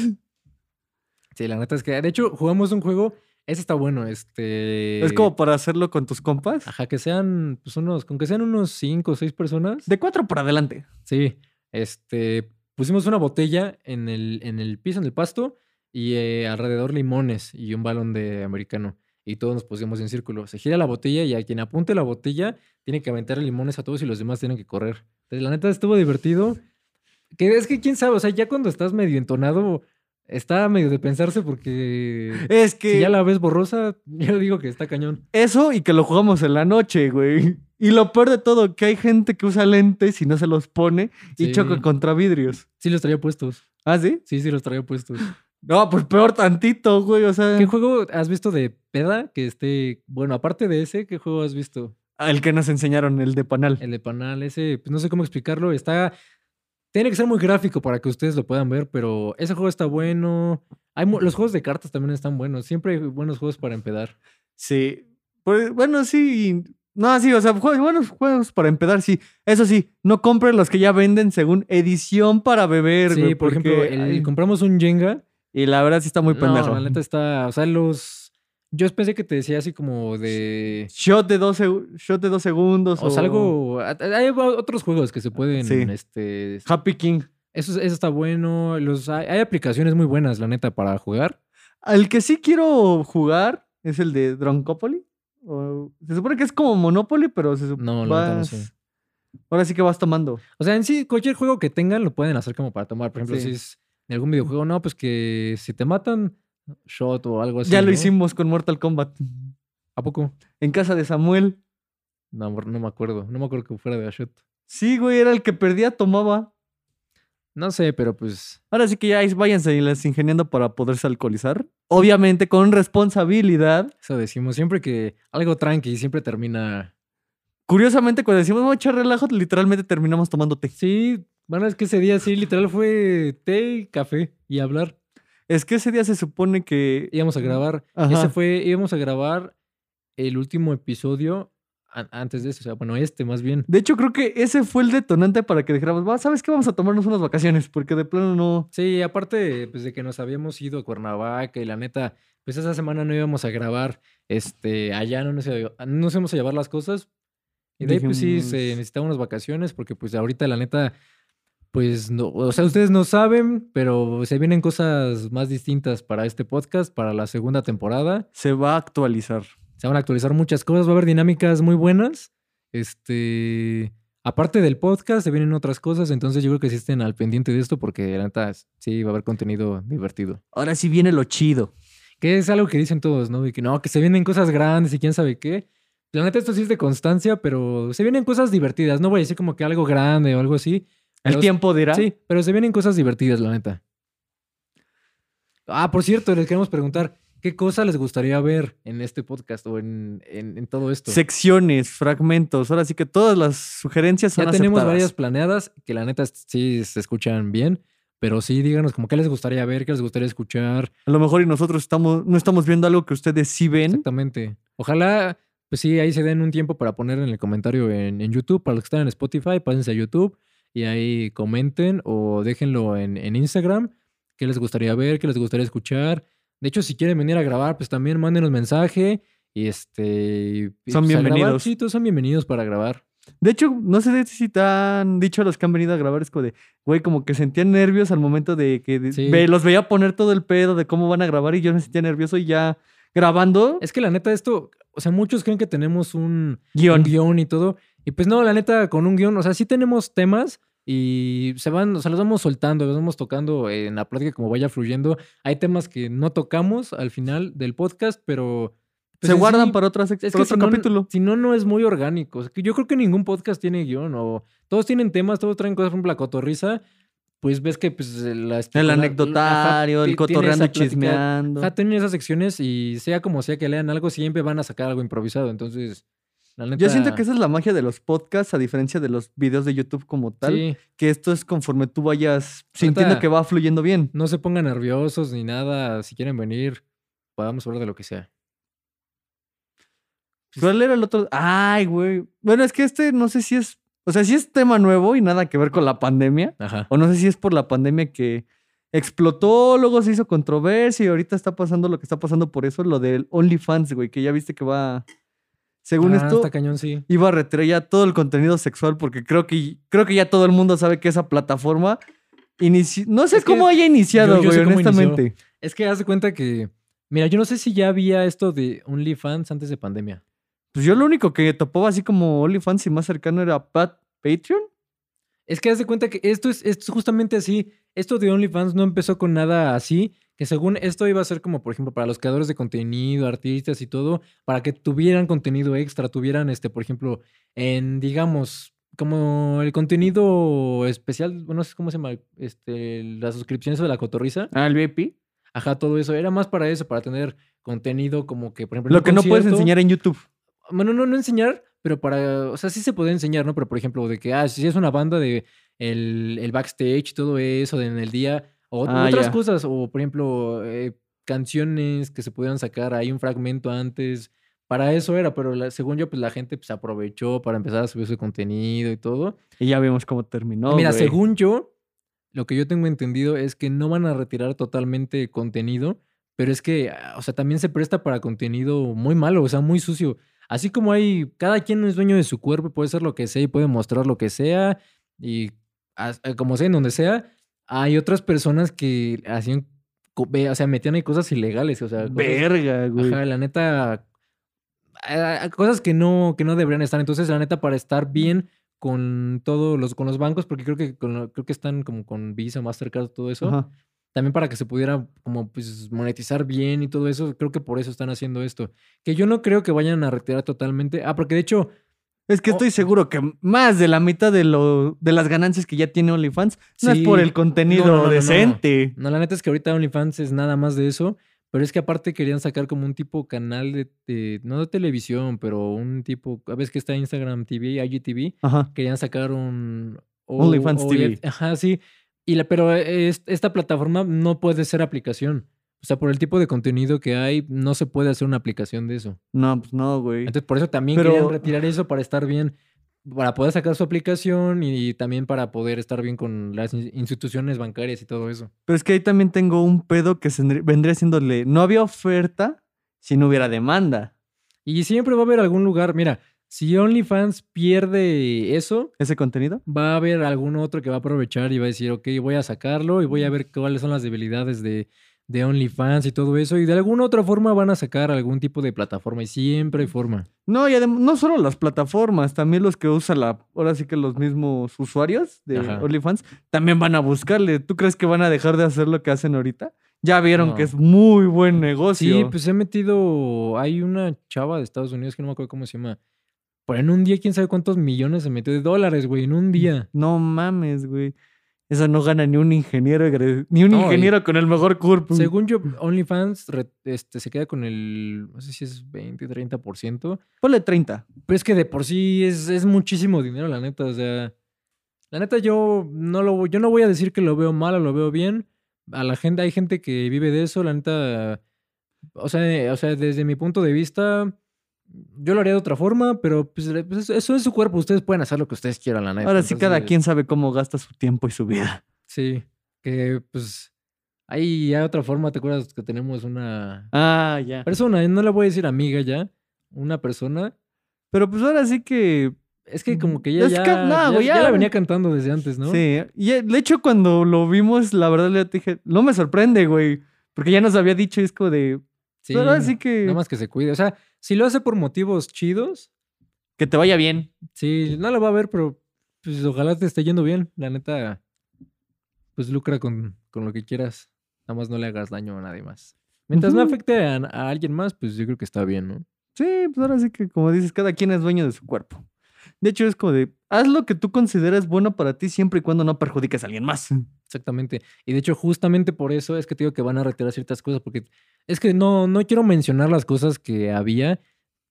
A: Sí, la neta es que, de hecho, jugamos un juego. Ese está bueno, este...
B: Es como para hacerlo con tus compas.
A: Ajá, que sean, pues unos, con que sean unos cinco o seis personas.
B: De cuatro para adelante.
A: Sí, este, pusimos una botella en el, en el piso, en el pasto, y eh, alrededor limones y un balón de americano. Y todos nos pusimos en círculo. Se gira la botella y a quien apunte la botella tiene que aventar limones a todos y los demás tienen que correr. Entonces, la neta estuvo divertido. Que es que quién sabe, o sea, ya cuando estás medio entonado, está medio de pensarse porque
B: Es que
A: si ya la ves borrosa, yo digo que está cañón.
B: eso y que lo jugamos en la noche, güey. Y lo peor de todo, que hay gente que usa lentes y no se los pone y
A: Sí.
B: choca contra vidrios.
A: Sí los traía puestos.
B: ¿Ah, sí?
A: Sí, sí los traía puestos.
B: No, pues peor tantito, güey. O sea,
A: ¿Qué juego has visto de peda que esté, bueno, aparte de ese, ¿qué juego has visto?
B: el que nos enseñaron, el de panal.
A: El de Panal, ese, pues no sé cómo explicarlo, está, tiene que ser muy gráfico para que ustedes lo puedan ver, pero ese juego está bueno. Hay, mu- los juegos de cartas también están buenos, siempre hay buenos juegos para empedar.
B: Sí. Pues, bueno, sí. y- No, sí, o sea, jue- buenos juegos para empezar, sí. Eso sí, no compres los que ya venden según edición para beber,
A: Sí,
B: güey.
A: por ejemplo,
B: porque-
A: el-
B: ay,
A: compramos un Jenga.
B: Y la verdad sí está muy
A: No,
B: pendejo.
A: la neta está, o sea, los, yo pensé que te decía así como de...
B: Shot de dos, seg- shot de dos segundos.
A: O sea, algo... Hay otros juegos que se pueden,
B: Sí.
A: este...
B: Happy King.
A: Eso, eso está bueno. Los, hay, hay aplicaciones muy buenas, la neta, para jugar.
B: Al que sí quiero jugar es el de Droncopoly. o- Se supone que es como Monopoly, pero se supone.
A: No, la neta no sé.
B: Ahora sí que vas tomando.
A: O sea, en sí, cualquier juego que tengan lo pueden hacer como para tomar. Por ejemplo,
B: Sí.
A: si es en algún videojuego, no, pues que si te matan, shot o algo así.
B: ya lo
A: ¿no?
B: hicimos con Mortal Kombat.
A: ¿A poco?
B: En casa de Samuel.
A: No, amor, no me acuerdo. No me acuerdo que fuera de shot.
B: Sí, güey, era el que perdía, tomaba.
A: No sé, pero pues.
B: Ahora sí que ya es- váyanse y las ingeniando para poderse alcoholizar. Obviamente con responsabilidad.
A: Eso decimos. Siempre que algo tranqui siempre termina.
B: Curiosamente, cuando decimos vamos a echar relajo, literalmente terminamos tomando té.
A: Sí, bueno, es que ese día sí, literal fue té y café y hablar.
B: Es que ese día se supone que.
A: Íbamos a grabar. Ese
B: Ajá.
A: fue, íbamos a grabar el último episodio an- antes de eso, o sea, bueno, este más bien.
B: De hecho, creo que ese fue el detonante para que dijéramos, "Va, ¿sabes qué? Vamos a tomarnos unas vacaciones, porque de plano no.
A: Sí, aparte, pues de que nos habíamos ido a Cuernavaca y la neta, pues esa semana no íbamos a grabar, este, allá no nos, iba- no nos íbamos a llevar las cosas. Y de ahí, pues sí, se
B: Dijimos-
A: necesitaban unas vacaciones porque pues ahorita la neta, pues no, o sea, ustedes no saben, pero se vienen cosas más distintas para este podcast, para la segunda temporada.
B: Se va a actualizar.
A: Se van a actualizar muchas cosas, va a haber dinámicas muy buenas. Este, aparte del podcast, se vienen otras cosas, entonces yo creo que sí estén al pendiente de esto porque la neta sí va a haber contenido divertido.
B: Ahora sí viene lo chido.
A: Que es algo que dicen todos, ¿no? De que no, que se vienen cosas grandes y quién sabe qué. La neta esto sí es de constancia, pero se vienen cosas divertidas. No voy a decir como que algo grande o algo así.
B: El
A: pero-
B: tiempo dirá.
A: Sí, pero se vienen cosas divertidas, la neta. Ah, por cierto, les queremos preguntar, ¿qué cosa les gustaría ver en este podcast o en, en- en todo esto?
B: Secciones, fragmentos. Ahora sí que todas las sugerencias
A: ya
B: son
A: tenemos
B: aceptadas.
A: varias planeadas que la neta sí se escuchan bien, pero sí díganos como qué les gustaría ver, qué les gustaría escuchar.
B: A lo mejor y nosotros estamos, no estamos viendo algo que ustedes sí ven.
A: Exactamente. Ojalá, pues sí, ahí se den un tiempo para poner en el comentario en, en YouTube. Para los que están en Spotify, pásense a YouTube y ahí comenten o déjenlo en, en Instagram. ¿Qué les gustaría ver? ¿Qué les gustaría escuchar? De hecho, si quieren venir a grabar, pues también mándenos mensaje. Y este. y, pues, a
B: Son
A: grabar.
B: bienvenidos.
A: Sí, todos son bienvenidos para grabar.
B: De hecho, no sé si te han dicho a los que han venido a grabar, es como de, güey, como que sentía nervios al momento de que de-
A: Sí.
B: ve- los veía poner todo el pedo de cómo van a grabar y yo me sentía nervioso y ya grabando,
A: Es que la neta, esto. O sea, muchos creen que tenemos un,
B: guión.
A: un guión y todo. Y pues no, la neta, con un guión, o sea, sí tenemos temas y se van, o sea, los vamos soltando, los vamos tocando en la plática como vaya fluyendo. Hay temas que no tocamos al final del podcast, pero... pues
B: Se
A: en
B: guardan
A: sí,
B: para otras, ex- para otro
A: si no-
B: capítulo.
A: si no, no es muy orgánico. O sea, que yo creo que ningún podcast tiene guión o todos tienen temas, todos traen cosas, por ejemplo, la cotorriza. Pues ves que pues, la
B: El
A: la-
B: anecdotario,
A: ajá, ti- tiene esa
B: el cotorreando y
A: plática,
B: chismeando.
A: Ajá, tienen esas secciones y sea como sea que lean algo, siempre van a sacar algo improvisado. Entonces, la neta...
B: Yo siento que esa es la magia de los podcasts, a diferencia de los videos de YouTube como tal,
A: Sí,
B: que esto es conforme tú vayas sintiendo
A: Neta.
B: que va fluyendo bien.
A: no se pongan nerviosos ni nada. Si quieren venir, podamos hablar de lo que sea.
B: ¿Cuál era el otro? Ay, güey. Bueno, es que este no sé si es, o sea, si es tema nuevo y nada que ver con la pandemia,
A: Ajá.
B: o no sé si es por la pandemia que explotó, luego se hizo controversia y ahorita está pasando lo que está pasando por eso, lo del OnlyFans, güey, que ya viste que va, según
A: Ah,
B: esto,
A: está cañón, sí.
B: iba a retirar ya todo el contenido sexual porque creo que, creo que ya todo el mundo sabe que esa plataforma inici- no sé
A: Es que
B: cómo haya iniciado,
A: yo- yo sé
B: güey,
A: cómo inició.
B: honestamente.
A: Es que haz de cuenta que. Mira, yo no sé si ya había esto de OnlyFans antes de pandemia.
B: Pues yo lo único que topaba así como OnlyFans y más cercano era Pat Patreon.
A: Es que haz de cuenta que esto es, esto es justamente así. Esto de OnlyFans no empezó con nada así. Que según esto iba a ser como, por ejemplo, para los creadores de contenido, artistas y todo, para que tuvieran contenido extra, tuvieran, este, por ejemplo, en, digamos, como el contenido especial, bueno, no sé cómo se llama, este, las suscripciones de la cotorriza.
B: Ah, el VIP.
A: Ajá, todo eso. Era más para eso, para tener contenido como que, por ejemplo... en
B: Lo
A: un
B: que no puedes
A: concierto-
B: enseñar en YouTube.
A: bueno, no, no enseñar, pero para, o sea, sí se puede enseñar, ¿no? Pero por ejemplo, de que, ah, si es una banda de el, el backstage, todo eso, de en el día, o
B: Ah,
A: otras
B: ya.
A: cosas, o por ejemplo, eh, canciones que se pudieran sacar ahí un fragmento antes. Para eso era, pero la- según yo, pues la gente pues, aprovechó para empezar a subir su contenido y todo.
B: Y ya vemos cómo terminó.
A: Mira,
B: güey.
A: según yo, lo que yo tengo entendido es que no van a retirar totalmente contenido, pero es que, ah, o sea, también se presta para contenido muy malo, o sea, muy sucio. Así como hay, cada quien es dueño de su cuerpo, puede ser lo que sea y puede mostrar lo que sea, y as- eh, como sea, en donde sea, hay otras personas que hacían, co- ve- o sea, metían ahí cosas ilegales, o sea, cosas-
B: Verga, güey.
A: Ajá, la neta. a- a- Cosas que no, que no deberían estar. Entonces, la neta, para estar bien con todos los, con los bancos, porque creo que con lo- creo que están como con Visa, Mastercard, todo eso.
B: Ajá.
A: También para que se pudiera como pues monetizar bien y todo eso. Creo que por eso están haciendo esto. Que yo no creo que vayan a retirar totalmente. Ah, porque de hecho,
B: Es que
A: Oh.
B: estoy seguro que más de la mitad de, lo, de las ganancias que ya tiene OnlyFans no es
A: Sí.
B: por el contenido
A: No, no, no, no, no.
B: decente.
A: no, la neta es que ahorita OnlyFans es nada más de eso. Pero es que aparte querían sacar como un tipo canal de, de- no de televisión, pero un tipo, a veces que está Instagram TV, IGTV,
B: Ajá.
A: querían sacar un o-
B: OnlyFans
A: o-
B: TV.
A: Ajá, sí. Y la, pero eh, es- esta plataforma no puede ser aplicación. O sea, por el tipo de contenido que hay, no se puede hacer una aplicación de eso.
B: No, pues no, güey.
A: Entonces, por eso también
B: Pero-
A: querían retirar eso para estar bien, para poder sacar su aplicación y, también para poder estar bien con las in- instituciones bancarias y todo eso.
B: Pero es que ahí también tengo un pedo que se- vendría siéndole. No había oferta si no hubiera demanda.
A: Y siempre va a haber algún lugar, mira, Si OnlyFans pierde eso,
B: ¿Ese contenido?
A: va a haber algún otro que va a aprovechar y va a decir, ok, voy a sacarlo y voy a ver cuáles son las debilidades de, de OnlyFans y todo eso. Y de alguna otra forma van a sacar algún tipo de plataforma y siempre hay forma.
B: No, y además, no solo las plataformas, también los que usan la. Ahora sí que los mismos usuarios de
A: Ajá.
B: OnlyFans también van a buscarle. ¿Tú crees que van a dejar de hacer lo que hacen ahorita? Ya vieron
A: No.
B: que es muy buen
A: Sí,
B: negocio.
A: pues he metido, hay una chava de Estados Unidos que no me acuerdo cómo se llama. Pero en un día, quién sabe cuántos millones se metió de dólares, güey, en un día.
B: No mames, güey. Eso no gana ni un ingeniero, egre- ni un
A: No, y-
B: ingeniero con el mejor cuerpo.
A: Según yo, OnlyFans re- este, se queda con el, no sé si es 20, 30%.
B: Ponle 30.
A: Pero es que de por sí es, es muchísimo dinero, la neta. O sea, la neta yo no lo yo no voy a decir que lo veo mal o lo veo bien. A la gente, hay gente que vive de eso, la neta. O sea, eh, o sea, desde mi punto de vista, yo lo haría de otra forma, pero pues, le- pues, eso- eso es su cuerpo. Ustedes pueden hacer lo que ustedes quieran, la neta.
B: Ahora sí, cada
A: entonces,
B: quien sabe cómo gasta su tiempo y su vida.
A: Sí, que pues ahí hay otra forma, ¿te acuerdas que tenemos una
B: Ah, ya.
A: persona? eh, No le voy a decir amiga ya, una persona.
B: Pero pues ahora sí que
A: Es que como que
B: Es
A: ella
B: que,
A: ya,
B: no,
A: ya-
B: güey,
A: ya
B: ya-
A: la venía cantando desde antes, ¿no?
B: Sí, y eh, de hecho cuando lo vimos, la verdad le dije, no me sorprende, güey, porque ya nos había dicho, y es como de,
A: Sí,
B: pero así que,
A: Nada más que se cuide. O sea, si lo hace por motivos chidos,
B: que te vaya bien.
A: sí, no lo va a ver, pero pues ojalá te esté yendo bien. La neta, pues lucra con, con lo que quieras. Nada más no le hagas daño a nadie más. Mientras no
B: Ujú.
A: afecte a, a alguien más, pues yo creo que está bien, ¿no?
B: Sí, pues ahora sí que, como dices, cada quien es dueño de su cuerpo. De hecho, es como de, haz lo que tú consideres bueno para ti siempre y cuando no perjudiques a alguien más.
A: Exactamente. Y de hecho, justamente por eso es que te digo que van a retirar ciertas cosas, porque es que no, no quiero mencionar las cosas que había,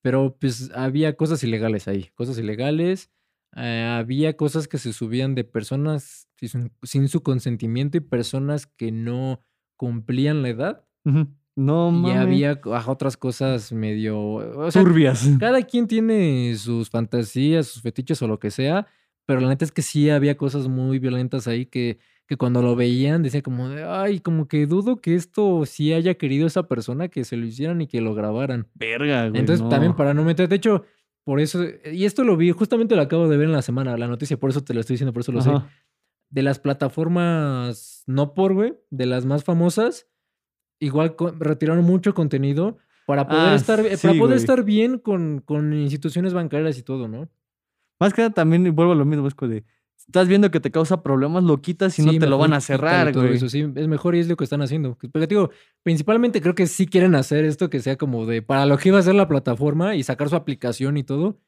A: pero pues había cosas ilegales ahí, cosas ilegales, eh, había cosas que se subían de personas sin, sin su consentimiento y personas que no cumplían la edad,
B: Ujú. No
A: y
B: mames.
A: había co- ajá, otras cosas medio... o sea,
B: turbias.
A: cada quien tiene sus fantasías, sus fetiches o lo que sea, pero la neta es que sí había cosas muy violentas ahí que, que cuando lo veían decía como de, ay, como que dudo que esto sí haya querido esa persona que se lo hicieran y que lo grabaran.
B: Verga, güey.
A: Entonces también
B: no.
A: para no meter, de hecho, por eso, y esto lo vi, justamente lo acabo de ver en la semana, la noticia, por eso te lo estoy diciendo, por eso lo sé
B: Ajá.
A: de las plataformas no por, güey, de las más famosas, igual co- retiraron mucho contenido para poder
B: Ah,
A: estar eh,
B: sí,
A: para poder
B: güey.
A: estar bien con, con instituciones bancarias y todo, ¿no?
B: Más que nada también, y vuelvo a lo mismo, es como de, estás viendo que te causa problemas, lo quitas y no
A: Sí,
B: te lo van
A: mejor
B: a
A: quítalo
B: cerrar,
A: todo
B: güey.
A: Eso sí, es mejor y es lo que están haciendo. Que- Porque te digo, principalmente creo que sí quieren hacer esto que sea como de para lo que iba a ser la plataforma y sacar su aplicación y todo.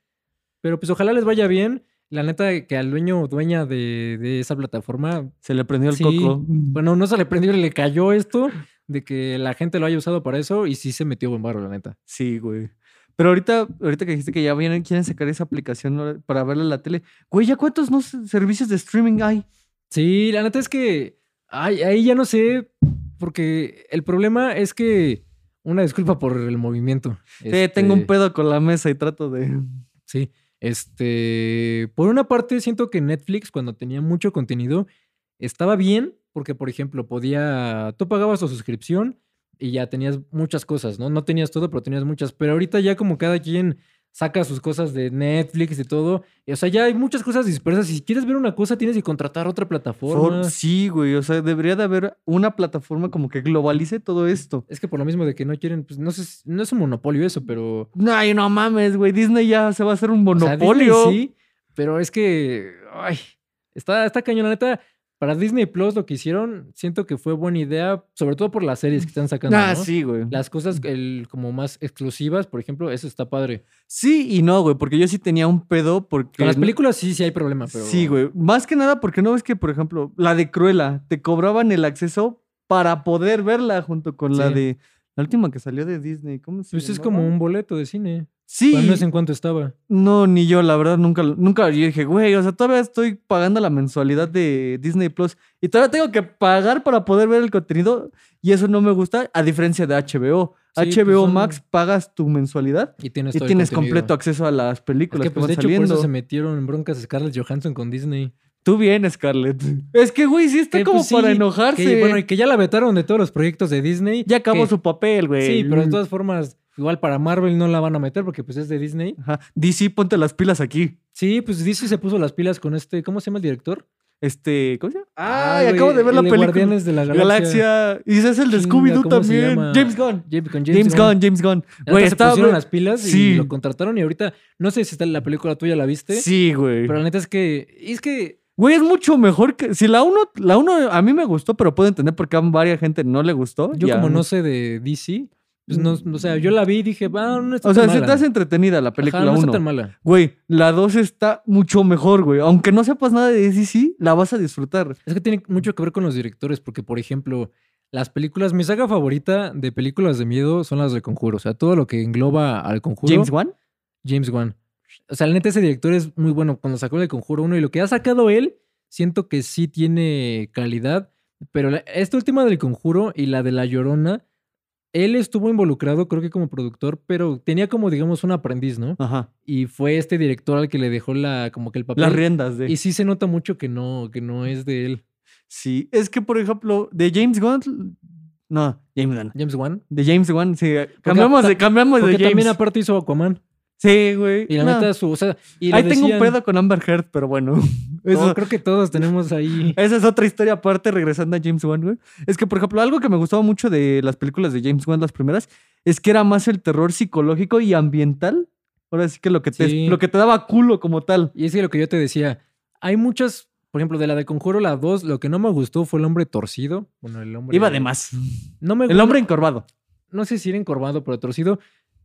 A: Pero pues ojalá les vaya bien. La neta que al dueño o dueña de, de esa plataforma
B: Se le prendió el
A: Sí,
B: coco.
A: Bueno, no se le prendió y le cayó esto de que la gente lo haya usado para eso y sí se metió buen barro, la neta.
B: Sí, güey. Pero ahorita, ahorita que dijiste que ya vienen, quieren sacar esa aplicación ahora para verla en la tele. Güey, ¿ya cuántos no se- servicios de streaming hay?
A: Sí, la neta es que ay, ahí ya no sé, porque el problema es que una disculpa por el movimiento.
B: Sí, Eh, tengo un
A: este,
B: pedo con la mesa y trato de.
A: Sí, este, por una parte siento que Netflix cuando tenía mucho contenido estaba bien porque por ejemplo podía, tú pagabas tu suscripción y ya tenías muchas cosas, ¿no? No tenías todo, pero tenías muchas, pero ahorita ya como cada quien saca sus cosas de Netflix y todo, y, o sea, ya hay muchas cosas dispersas, si quieres ver una cosa tienes que contratar otra plataforma.
B: For- Sí, güey. O sea, debería de haber una plataforma como que globalice todo esto.
A: Es que por lo mismo de que no quieren, pues no sé, si- no es un monopolio eso, pero
B: Ay, no mames, güey. Disney ya se va a hacer un
A: O sea, Disney
B: monopolio. Ah,
A: sí, pero es que. Ay, está, está cañón, la neta. Para Disney Plus lo que hicieron, siento que fue buena idea, sobre todo por las series que están sacando.
B: Ah,
A: ¿no?
B: sí, güey.
A: Las cosas el, como más exclusivas, por ejemplo, eso está padre.
B: Sí y no, güey, porque yo sí tenía un pedo porque.
A: Con las
B: no-
A: películas sí, sí hay problema, Ah, pero.
B: Sí, güey. Más que nada porque no ves que, por ejemplo, la de Cruella, te cobraban el acceso para poder verla junto con la
A: Sí.
B: de. La última que salió de Disney, ¿cómo se
A: Pues es
B: llamaba?
A: como un boleto de cine.
B: Sí.
A: Al menos en cuanto estaba.
B: No, ni yo, la verdad, nunca, lo- nunca. Yo dije, güey, o sea, todavía estoy pagando la mensualidad de Disney Plus y todavía tengo que pagar para poder ver el contenido y eso no me gusta, a diferencia de HBO.
A: Sí, pues
B: HBO
A: son-
B: Max pagas tu mensualidad
A: Y tienes
B: y
A: todo el
B: tienes
A: contenido.
B: completo acceso a las
A: Es
B: películas
A: que,
B: que,
A: pues, de
B: van
A: hecho,
B: saliendo.
A: por eso se metieron en broncas Scarlett Johansson con Disney.
B: Tú bien, Scarlett. Es que, güey, sí está
A: Que,
B: como
A: pues, sí,
B: para
A: que,
B: enojarse.
A: Que, bueno, y que ya la vetaron de todos los proyectos de Disney.
B: ya acabó
A: que-
B: su papel, güey.
A: Sí, pero de todas formas, Igual para Marvel no la van a meter porque pues es de Disney.
B: Ajá. DC, ponte las pilas aquí.
A: Sí, pues DC se puso las pilas con este, ¿cómo se llama el director?
B: Este, ¿cómo se llama?
A: Ah,
B: Ay,
A: güey,
B: acabo de ver
A: el
B: la
A: de
B: película.
A: Guardianes de la Galaxia.
B: Galaxia. Y ese es el de
A: Chinga,
B: Scooby-Doo
A: ¿cómo se
B: también.
A: llama?
B: James Gunn.
A: James, con James,
B: James
A: Gunn.
B: Gunn, James Gunn.
A: Hasta
B: Güey,
A: se
B: está,
A: pusieron
B: güey.
A: las pilas
B: Sí.
A: y lo contrataron y ahorita no sé si está la película tuya, ¿la viste?
B: Sí, güey.
A: ¿eh? Pero la neta es que es que
B: Güey, es mucho mejor que. Si la uno, la uno a mí me gustó, pero puedo entender por qué a varias gente no le gustó.
A: yo
B: y a
A: como
B: mí-
A: no sé de DC, pues no, o sea, yo la vi y dije, va, no está
B: O sea,
A: tan
B: se
A: mala.
B: te hace entretenida la película
A: Ajá, no está tan
B: uno.
A: mala.
B: Güey, la dos está mucho mejor, güey. Aunque no sepas nada de DC, la vas a disfrutar.
A: Es que tiene mucho que ver con los directores, porque por ejemplo, las películas, mi saga favorita de películas de miedo son las del conjuro, o sea, todo lo que engloba al conjuro.
B: James Wan.
A: James Wan. O sea, la neta, ese director es muy bueno. Cuando sacó el Conjuro 1 y lo que ha sacado él, siento que sí tiene calidad. Pero la- esta última del Conjuro y la de La Llorona, él estuvo involucrado, creo que como productor, pero tenía como, digamos, un aprendiz, ¿no?
B: Ajá.
A: Y fue este director al que le dejó la, como que el papel.
B: Las riendas de.
A: y sí se nota mucho que no, que no es de él.
B: Sí. Es que, por ejemplo, de James Gunn. No, James Gunn.
A: James Wan.
B: De James Wan, sí. Cambiamos de, cambiamos de
A: Porque
B: James.
A: también aparte hizo Aquaman.
B: Sí, güey.
A: Y la
B: no.
A: neta, su, o sea, y le
B: Ahí tengo un
A: decían-
B: pedo con Amber Heard, pero bueno.
A: No,
B: Eso,
A: creo que todos tenemos ahí.
B: Esa es otra historia aparte, regresando a James Wan, güey. Es que, por ejemplo, algo que me gustaba mucho de las películas de James Wan, las primeras, es que era más el terror psicológico y ambiental. Ahora sí que lo que te,
A: Sí.
B: lo que te daba culo como tal.
A: Y es que lo que yo te decía, hay muchas, por ejemplo, de la de Conjuro, la 2, lo que no me gustó fue el hombre torcido. Bueno, el hombre.
B: Iba de más.
A: No me
B: El hombre encorvado.
A: No sé si era encorvado, pero torcido.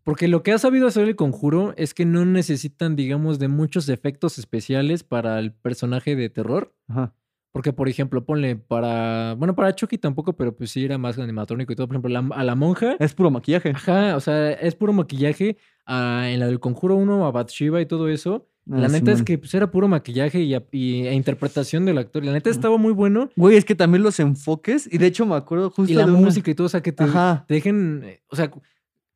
A: Porque lo que ha sabido hacer el conjuro es que no necesitan, digamos, de muchos efectos especiales para el personaje de terror.
B: Ajá.
A: Porque, por ejemplo, ponle para. Bueno, para Chucky tampoco, pero pues sí era más animatrónico y todo. Por ejemplo, la- a la monja.
B: Es puro maquillaje.
A: Ajá, o sea, es puro maquillaje. Ah, en la del conjuro 1, a Bathsheba y todo eso. La
B: Ah,
A: neta es
B: Simón.
A: que pues, era puro maquillaje y, a- y- e interpretación del actor. La neta estaba muy bueno.
B: Güey, es que también los enfoques, y de hecho me acuerdo justo
A: Y la
B: de una-
A: música y todo, o sea, que te,
B: Ajá.
A: te dejen, eh, o sea, cu-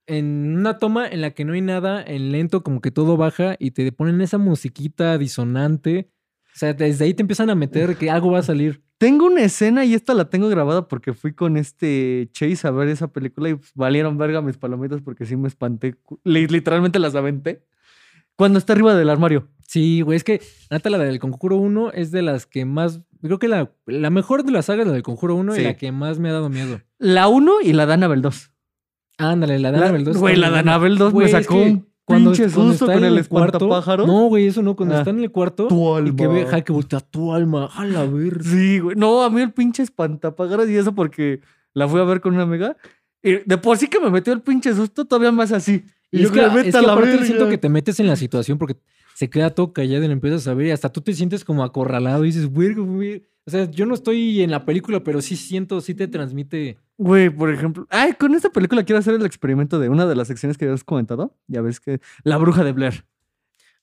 A: en una toma en la que no hay nada, en lento, como que todo baja y te ponen esa musiquita disonante. O sea, desde ahí te empiezan a meter que algo va a salir.
B: Tengo una escena y esta la tengo grabada porque fui con este Chase a ver esa película y pues, valieron verga mis palomitas porque sí me espanté. cu- li- Literalmente las aventé. Cuando está arriba del armario.
A: Sí, güey, es que la neta, la del Conjuro 1 es de las que más, creo que la, la mejor de las sagas es la del Conjuro 1
B: Sí.
A: y la que más me ha dado miedo.
B: La 1 y la de Annabelle 2.
A: Ándale, la de Annabelle 2.
B: Güey, la de Annabelle 2 me
A: Güey, es
B: sacó
A: que
B: un
A: cuando,
B: pinche
A: cuando
B: susto
A: está
B: con
A: en
B: el,
A: cuarto-
B: espantapájaro.
A: No, güey, eso no. Cuando
B: Ah.
A: está en el cuarto
B: tu alma.
A: y que ve ja, que voltea tu alma. A la ver.
B: Sí, güey. No, a mí el pinche espantapájaros y eso porque la fui a ver con una amiga. Y de por sí que me metió el pinche susto, todavía más así.
A: Y es que,
B: creo
A: es que aparte siento que te metes en la situación porque se queda todo callado y lo empiezas a ver y hasta tú te sientes como acorralado y dices, güey, güey. O sea, yo no estoy en la película, pero sí siento, sí te transmite.
B: Güey, por ejemplo. Ay, con esta película quiero hacer el experimento de una de las secciones que habías comentado. Ya ves que. La bruja de Blair.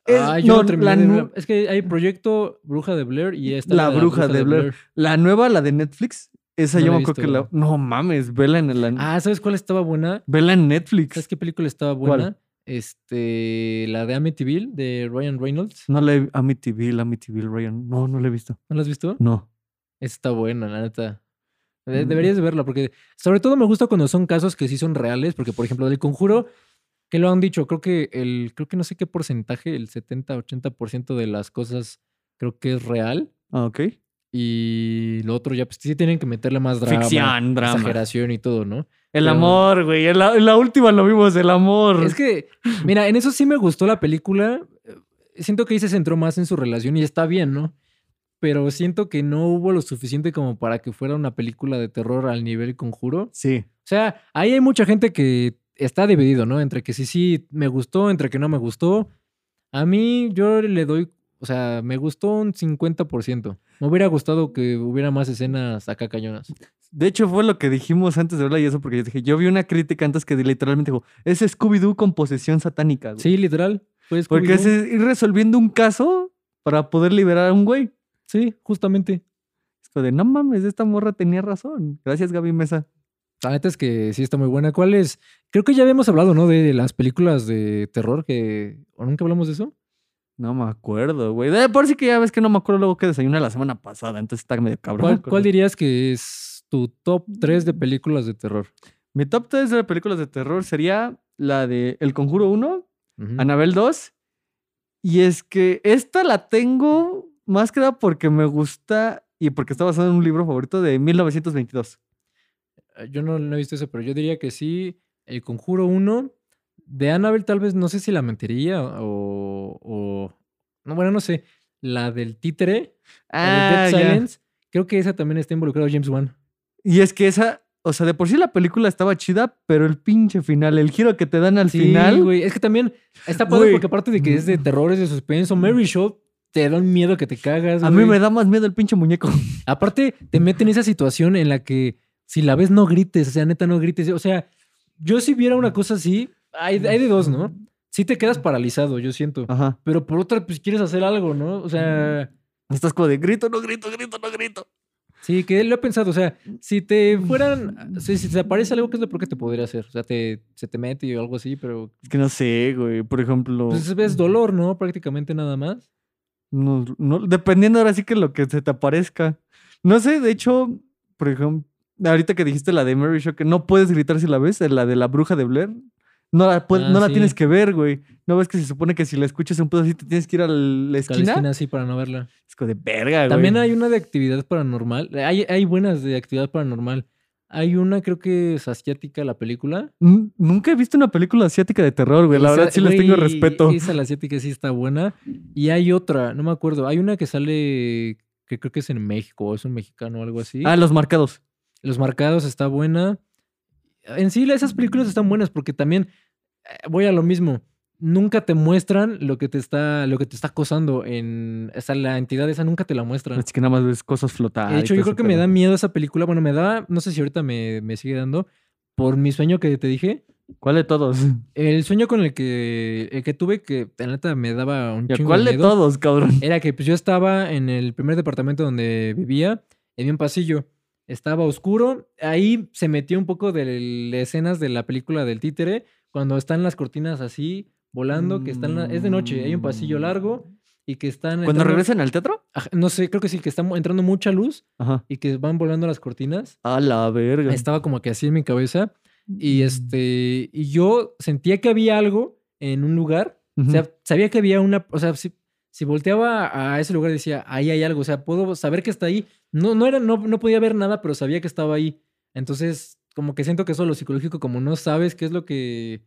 B: Es-
A: ah, yo
B: no,
A: terminé
B: la,
A: de
B: nu- Mm.
A: ver- Es que hay proyecto Bruja de Blair y esta.
B: La Bruja de Blair. la nueva, la de Netflix. Esa
A: No
B: yo
A: la he
B: me acuerdo que
A: visto.
B: la. No mames, vela en el.
A: Ah, ¿sabes cuál estaba buena?
B: Vela en Netflix.
A: ¿Sabes qué película estaba
B: ¿Cuál?
A: buena? Este, la de Amityville de Ryan Reynolds.
B: No la he. Amityville, Amityville, Ryan. No, no la he visto.
A: ¿No la has visto?
B: No.
A: Esa Está buena, la neta. De-
B: Mm.
A: Deberías de verla, porque sobre todo me gusta cuando son casos que sí son reales, porque por ejemplo, del conjuro, que lo han dicho, creo que el, creo que no sé qué porcentaje, el 70-80% de las cosas creo que es real.
B: Ah, ok.
A: Y lo otro ya, pues sí tienen que meterle más drama.
B: Ficción, drama.
A: Exageración y todo, ¿no?
B: El
A: Pero-
B: amor, güey. En la, en la última lo vimos, el amor.
A: Es que, mira, en eso sí me gustó la película. Eh, Siento que ahí se centró más en su relación y está bien, ¿no? Pero siento que no hubo lo suficiente como para que fuera una película de terror al nivel conjuro.
B: Sí.
A: O sea, ahí hay mucha gente que está dividido, ¿no? Entre que sí, sí, me gustó, entre que no me gustó. A mí yo le doy, o sea, me gustó un 50%. Me hubiera gustado que hubiera más escenas acá cañonas.
B: De hecho, fue lo que dijimos antes de hablar y eso, porque yo dije, yo vi una crítica antes que literalmente dijo, es Scooby-Doo con posesión satánica. güey".
A: Sí, literal. Pues,
B: Porque es
A: Scooby-Doo.
B: ir resolviendo un caso para poder liberar a un güey.
A: Sí, justamente.
B: Es como de, no mames, esta morra tenía razón. Gracias, Gaby Mesa.
A: La neta es que sí está muy buena. ¿Cuál es? Creo que ya habíamos hablado, ¿no? De las películas de terror que... ¿O nunca hablamos de eso?
B: No me acuerdo, güey. De por sí que ya ves que no me acuerdo luego que desayuné la semana pasada, entonces está medio cabrón.
A: ¿Cuál, cuál dirías que es tu top 3 de películas de terror?
B: Mi top 3 de películas de terror sería la de El Conjuro 1,
A: Ujú.
B: Anabel 2. Y es que esta la tengo más que nada porque me gusta y porque está basada en un libro favorito de 1922.
A: Eh, Yo no, no he visto eso, pero yo diría que sí. El Conjuro 1 de Annabelle, tal vez, no sé si la mentiría o. o- no, bueno, no sé. La del títere, la de Dead
B: Ah, ya.
A: Silence, creo que esa también está involucrada James Wan.
B: Y es que esa, o sea, de por sí la película estaba chida, pero el pinche final, el giro que te dan al
A: Sí,
B: final.
A: güey. Es que también está padre
B: Güey. Mm.
A: porque, aparte de que es de terror, es de suspenso, Mary Show te da un miedo que te cagas.
B: A mí
A: güey.
B: me da más miedo el pinche muñeco.
A: Aparte, te mete en esa situación en la que si la ves no grites, o sea, neta no grites. O sea, yo si viera una cosa así, hay, hay de dos, ¿no? Si te quedas paralizado, yo siento.
B: Ajá.
A: Pero por otra, pues quieres hacer algo, ¿no? O sea,
B: Mm. Estás como de grito, no grito, grito, no grito.
A: sí, que lo he pensado. O sea, si te fueran, si, si te aparece algo, ¿qué es lo peor que te podría hacer? O sea, te, se te mete o algo así, pero
B: Es que no sé, güey. Por ejemplo.
A: pues ves dolor, ¿no? Prácticamente nada más.
B: No, no, dependiendo ahora sí que lo que se te aparezca. No sé, de hecho, por ejemplo, ahorita que dijiste la de Mary Show, que no puedes gritar si la ves, la de la bruja de Blair, no la, puede-
A: Ah,
B: no la
A: sí.
B: tienes que ver, güey. No ves que se supone que si la escuchas un pedo así te tienes que ir a la
A: A la
B: esquina.
A: esquina así para no verla.
B: Es como de verga, güey.
A: También hay una de actividad paranormal. Hay, hay buenas de actividad paranormal. Hay una, creo que es asiática la película.
B: N- Nunca he visto una película asiática de terror, güey. La
A: Esa-
B: verdad sí les tengo
A: güey,
B: respeto.
A: Esa la asiática sí está buena. Y hay otra, no me acuerdo. Hay una que sale, que creo que es en México, o es un mexicano o algo así.
B: Ah, los marcados.
A: Los Marcados está buena. En sí, esas películas están buenas porque también eh, voy a lo mismo. Nunca te muestran lo que te está, lo que te está acosando en. O sea, la entidad esa nunca te la muestran.
B: Así que nada más ves cosas flotar.
A: De hecho,
B: y
A: yo creo
B: todo ese
A: que me
B: pedo.
A: da miedo esa película. Bueno, me da, no sé si ahorita me, me sigue dando, por mi sueño que te dije.
B: ¿Cuál de todos?
A: El sueño con el que, el que tuve que, la neta, me daba un
B: Ya,
A: chingo
B: ¿Cuál
A: de
B: de
A: miedo.
B: todos, cabrón?
A: Era que pues, yo estaba en el primer departamento donde vivía, en un pasillo. Estaba oscuro. Ahí se metió un poco de l- escenas de la película del títere, cuando están las cortinas así, volando, que están... la- es de noche, hay un pasillo largo y que están...
B: Mm. ¿Cuando
A: entrando-
B: regresan al teatro?
A: Ajá, No sé, creo que sí, que está mu- entrando mucha luz
B: Ajá.
A: y que van volando las cortinas.
B: A la verga.
A: Estaba como que así en mi cabeza.
B: Mm.
A: Y este. Y yo sentía que había algo en un lugar.
B: Ujú.
A: O sea, sabía que había una. O sea, si, si volteaba a ese lugar decía, ahí hay algo. O sea, puedo saber que está ahí. No, no era, no, no podía ver nada, pero sabía que estaba ahí. Entonces, como que siento que eso lo psicológico, como no sabes qué es lo que.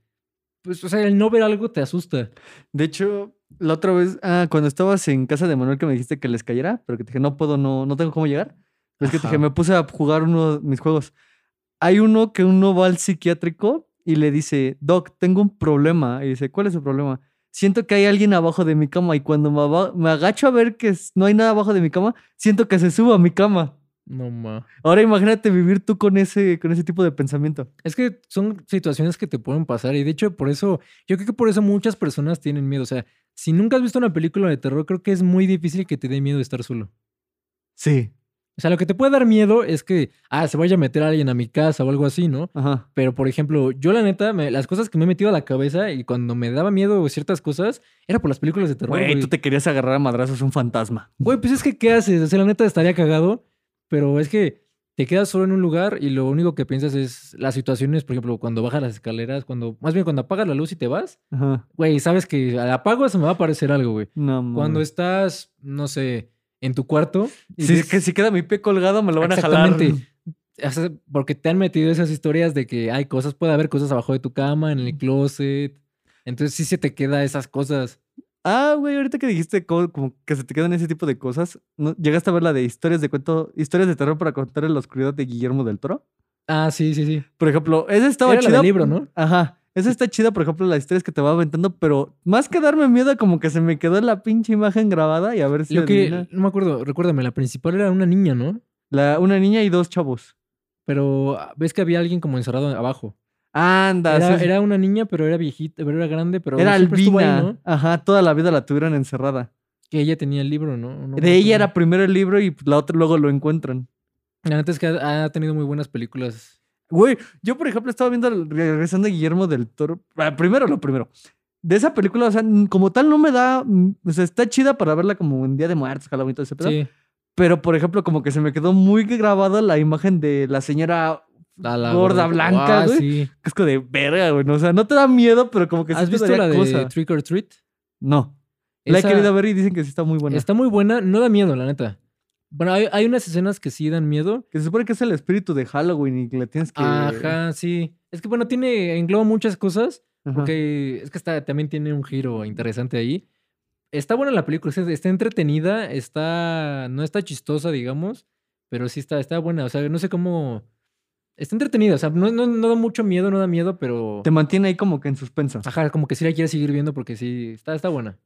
A: Pues, o sea, el no ver algo te asusta.
B: De hecho, la otra vez, ah, cuando estabas en casa de Manuel que me dijiste que les cayera, pero que te dije, no puedo, no, no tengo cómo llegar. Es que te
A: Ajá.
B: dije, me puse a jugar uno de mis juegos. Hay uno que uno va al psiquiátrico y le dice, Doc, tengo un problema. Y dice, ¿cuál es el problema? Siento que hay alguien abajo de mi cama y cuando me, aba- me agacho a ver que s- no hay nada abajo de mi cama, siento que se sube a mi cama.
A: No más.
B: Ahora imagínate vivir tú con ese, con ese tipo de pensamiento.
A: Es que son situaciones que te pueden pasar y de hecho por eso, yo creo que por eso muchas personas tienen miedo. O sea, si nunca has visto una película de terror, creo que es muy difícil que te dé miedo estar solo.
B: Sí.
A: O sea, lo que te puede dar miedo es que, ah, se vaya a meter alguien a mi casa o algo así, ¿no?
B: Ajá.
A: Pero, por ejemplo, yo la neta, me- las cosas que me he metido a la cabeza y cuando me daba miedo ciertas cosas, era por las películas de terror.
B: Güey,
A: güey.
B: tú te querías agarrar a madrazos a un fantasma.
A: Güey, pues es que, ¿qué haces? O sea, la neta estaría cagado, pero es que te quedas solo en un lugar y lo único que piensas es las situaciones, por ejemplo, cuando bajas las escaleras, cuando, más bien cuando apagas la luz y te vas,
B: Ajá.
A: güey, sabes que al apago se me va a aparecer algo, güey.
B: No,
A: Cuando
B: mames.
A: estás, no sé, en tu cuarto. y
B: Si es
A: dices-
B: que si queda mi pie colgado, me lo van a jalar.
A: Exactamente. O sea, porque te han metido esas historias de que hay cosas, puede haber cosas abajo de tu cama, en el closet. Entonces sí se te queda esas cosas.
B: Ah, güey, ahorita que dijiste co- como que se te quedan ese tipo de cosas, ¿no? ¿llegaste a ver la de historias de cuento, historias de terror para contar en la oscuridad de Guillermo del Toro?
A: Ah, sí, sí, sí.
B: Por ejemplo, esa estaba
A: Era la
B: chida.
A: del libro, ¿no?
B: Ajá. Esa está chida, por ejemplo, las historias que te va aventando, pero más que darme miedo, como que se me quedó la pinche imagen grabada y a ver si
A: Lo que
B: adivina.
A: no me acuerdo, recuérdame, la principal era una niña, ¿no?
B: La- una niña y dos chavos.
A: Pero ah, ves que había alguien como encerrado abajo.
B: Anda,
A: Era,
B: Ah, sí, sí.
A: era una niña, pero era viejita, pero era grande, pero
B: Era
A: siempre estuvo ahí,
B: albina.
A: ¿no?
B: Ajá, toda la vida la tuvieron encerrada.
A: Que ella tenía el libro, ¿no? No me acuerdo.
B: De ella era primero el libro y la otra luego lo encuentran.
A: La neta es que ha, ha tenido muy buenas películas.
B: Güey, yo por ejemplo estaba viendo el- regresando a Guillermo del Toro. Ah, Primero, lo primero. De esa película, o sea, n- como tal no me da. mm, O sea, está chida para verla como en Día de Muertos, Halloween, todo ese pedo.
A: Sí.
B: Pero por ejemplo, como que se me quedó muy grabada la imagen de la señora
A: A la
B: gorda blanca,
A: Ah,
B: güey.
A: sí.
B: Casco de verga, güey. O sea, no te da miedo, pero como que sí
A: ¿Has
B: te
A: visto
B: daría
A: la de
B: cosa.
A: Trick or Treat?
B: No. La he
A: Esa Este
B: querido ver y dicen que sí está muy buena.
A: Está muy buena, no da miedo, la neta. Bueno, hay, hay unas escenas que sí dan miedo.
B: Que se supone que es el espíritu de Halloween y que le tienes que.
A: Ajá, sí. Es que bueno, tiene, engloba muchas cosas.
B: Ajá.
A: Porque es que está, también tiene un giro interesante ahí. Está buena la película, está, está entretenida, está. No está chistosa, digamos, pero sí está, está buena. O sea, no sé cómo. Está entretenida, o sea, no, no, no da mucho miedo, no da miedo, pero.
B: Te mantiene ahí como que en suspensa.
A: Ajá, como que sí la quieres seguir viendo porque sí, está, está buena.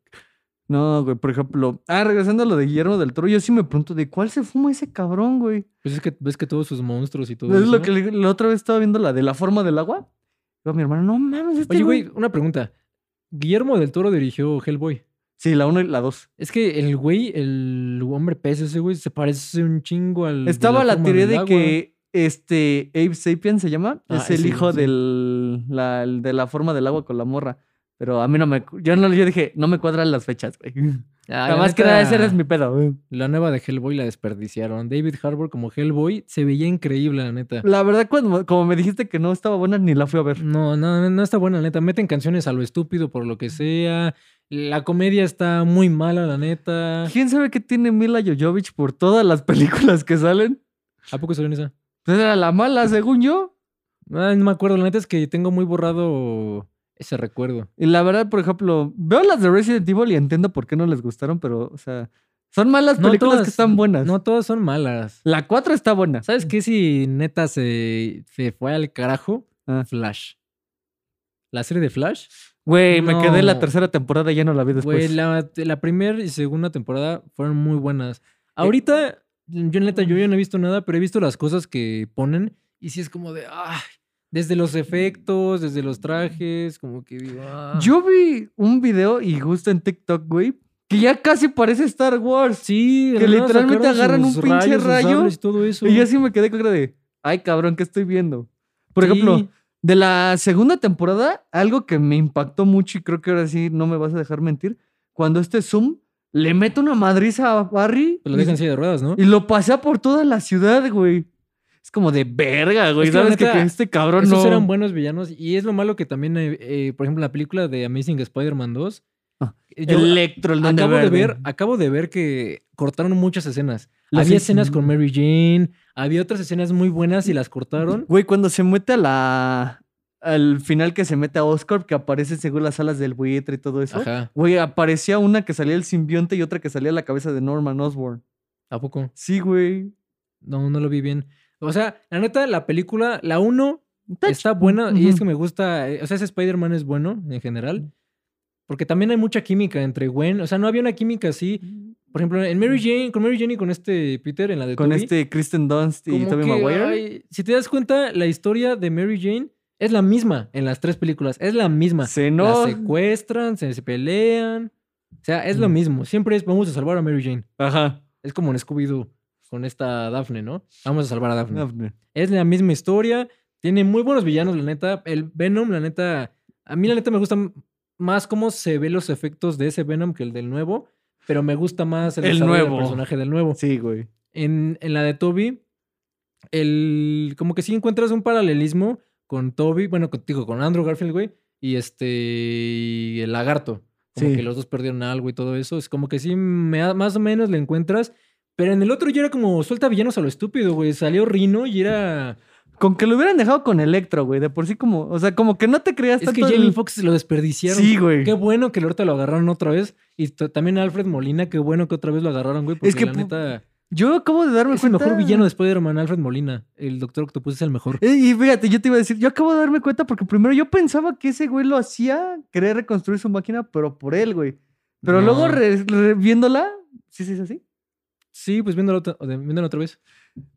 B: No, güey, por ejemplo. Ah, regresando a lo de Guillermo del Toro, yo sí me pregunto de cuál se fuma ese cabrón, güey.
A: Pues es que ves que todos sus monstruos y todo.
B: es lo
A: eso.
B: que le- la otra vez estaba viendo la de la forma del agua. Digo a mi hermano, no mames, este
A: Oye, güey, una pregunta. Guillermo del Toro dirigió Hellboy.
B: Sí, la 1 y la 2.
A: Es que el güey, el hombre pez ese güey, se parece un chingo al. de
B: Estaba la,
A: forma
B: teoría
A: del
B: de
A: agua.
B: que este Abe Sapien se llama,
A: Ah,
B: es el
A: sí,
B: hijo
A: sí.
B: del la, el de la forma del agua con la morra. Pero a mí no me. cu- Yo, no, yo dije, no me cuadran las fechas, güey.
A: Ah,
B: Nada
A: la
B: más que nada, ese
A: neta,
B: es mi pedo. güey.
A: La nueva de Hellboy la desperdiciaron. David Harbour como Hellboy se veía increíble, la neta.
B: La verdad, cuando, como me dijiste que no estaba buena, ni la fui a ver.
A: No, no, no, no está buena, la neta. Meten canciones a lo estúpido por lo que sea. La comedia está muy mala, la neta.
B: ¿Quién sabe qué tiene Mila Jovovich por todas las películas que salen?
A: ¿A poco salió en esa?
B: Pues era la mala, según yo.
A: Ah, no me acuerdo, la neta es que tengo muy borrado ese recuerdo.
B: Y la verdad, por ejemplo, veo las de Resident Evil y entiendo por qué no les gustaron, pero, o sea, son malas
A: No
B: películas
A: todas,
B: que están buenas.
A: No todas son malas.
B: La 4 está buena.
A: ¿Sabes qué? Si neta se, se fue al carajo,
B: Ah.
A: Flash. La serie de Flash.
B: Güey, me quedé en la
A: No.
B: tercera temporada y ya no la vi después.
A: Güey, la, primera y segunda temporada fueron muy
B: Eh,
A: buenas. Ahorita, yo neta, yo ya
B: mm.
A: no he visto nada, pero he visto las cosas que ponen y sí es como de, ah, desde los efectos, desde los trajes, como que digo, ah.
B: Yo vi un video y justo en TikTok, güey, que ya casi parece Star Wars.
A: sí, de
B: que
A: la nada
B: literalmente
A: sacaron
B: agarran un
A: sus
B: pinche
A: rayos, sus
B: rayo
A: sables y todo eso.
B: Y yo sí me quedé con cara de, ay, cabrón, ¿qué estoy viendo? Por ejemplo,
A: Sí.
B: de la segunda temporada, algo que me impactó mucho y creo que ahora sí no me vas a dejar mentir, cuando este Zoom le mete una madriza a Barry
A: Pues lo dejan en
B: y,
A: silla de ruedas, ¿no?
B: y lo pasea por toda la ciudad, güey. Es como de verga, güey.
A: Es que la
B: ¿Sabes que,
A: neta,
B: que este cabrón
A: Esos
B: no...
A: eran buenos villanos y es lo malo que también, eh, eh, por ejemplo, la película de Amazing Spider-Man 2.
B: Ah,
A: eh, yo
B: Electro, el Duende
A: acabo de
B: Verde.
A: ver, acabo de ver que cortaron muchas escenas.
B: Las
A: había
B: es-
A: escenas con Mary Jane, había otras escenas muy buenas y las cortaron.
B: Güey, cuando se mete a la. Al final que se mete a Oscorp, que aparece según las alas del buitre y todo eso.
A: Ajá.
B: Güey, aparecía una que salía el simbionte y otra que salía la cabeza de Norman Osborn.
A: ¿A poco?
B: Sí, güey.
A: No, no lo vi bien. O sea, la neta, la película, la 1
B: Está
A: está buena y es
B: ujú.
A: que me gusta. eh, O sea, ese Spider-Man es bueno en general. Porque también hay mucha química entre Gwen. O sea, no había una química así. Por ejemplo, en Mary Jane, con Mary Jane y con este Peter, en la de
B: Con
A: Tobey,
B: este Kristen Dunst y
A: como
B: Tobey
A: que,
B: Maguire.
A: ay, si te das cuenta, la historia de Mary Jane es la misma en las tres películas. Es la misma.
B: se
A: La
B: no.
A: secuestran, se, se pelean. O sea, es lo
B: Mm.
A: mismo. Siempre es vamos a salvar a Mary Jane.
B: Ajá.
A: Es como en Scooby-Doo con esta Daphne, ¿no? Vamos a salvar a Daphne.
B: Daphne.
A: Es la misma historia. Tiene muy buenos villanos, la neta. El Venom, la neta. A mí, la neta, me gusta m- más cómo se ven los efectos de ese Venom que el del nuevo. Pero me gusta más el,
B: El
A: desarrollo del
B: nuevo.
A: personaje del nuevo
B: Sí, güey.
A: en, en la de Toby, el, como que sí encuentras un paralelismo con Toby, bueno, contigo, con Andrew Garfield, güey, y este, y el lagarto. Como
B: Sí.
A: que los dos perdieron algo y todo eso. Es como que sí, me da- más o menos le encuentras. Pero en el otro ya era como suelta villanos a lo estúpido, güey. Salió Rino y era.
B: Con que lo hubieran dejado con Electro, güey. De por sí, como. O sea, como que no te creas
A: es que
B: el-
A: Jamie Foxx lo desperdiciaron.
B: Sí, güey.
A: Qué bueno que ahorita lo agarraron otra vez. Y t- también a Alfred Molina, qué bueno que otra vez lo agarraron, güey. Porque
B: Es que
A: la
B: pu-
A: neta.
B: Yo acabo de darme
A: Es el
B: cuenta.
A: mejor villano de Spider-Man, Alfred Molina. El Doctor Octopus es el mejor.
B: Eh, Y fíjate, yo te iba a decir, yo acabo de darme cuenta porque primero yo pensaba que ese güey lo hacía, querer reconstruir su máquina, pero por él, güey. Pero luego
A: No.
B: re- re- viéndola, sí, sí, es así.
A: Sí, pues viéndolo otra, o de- viéndolo otra vez.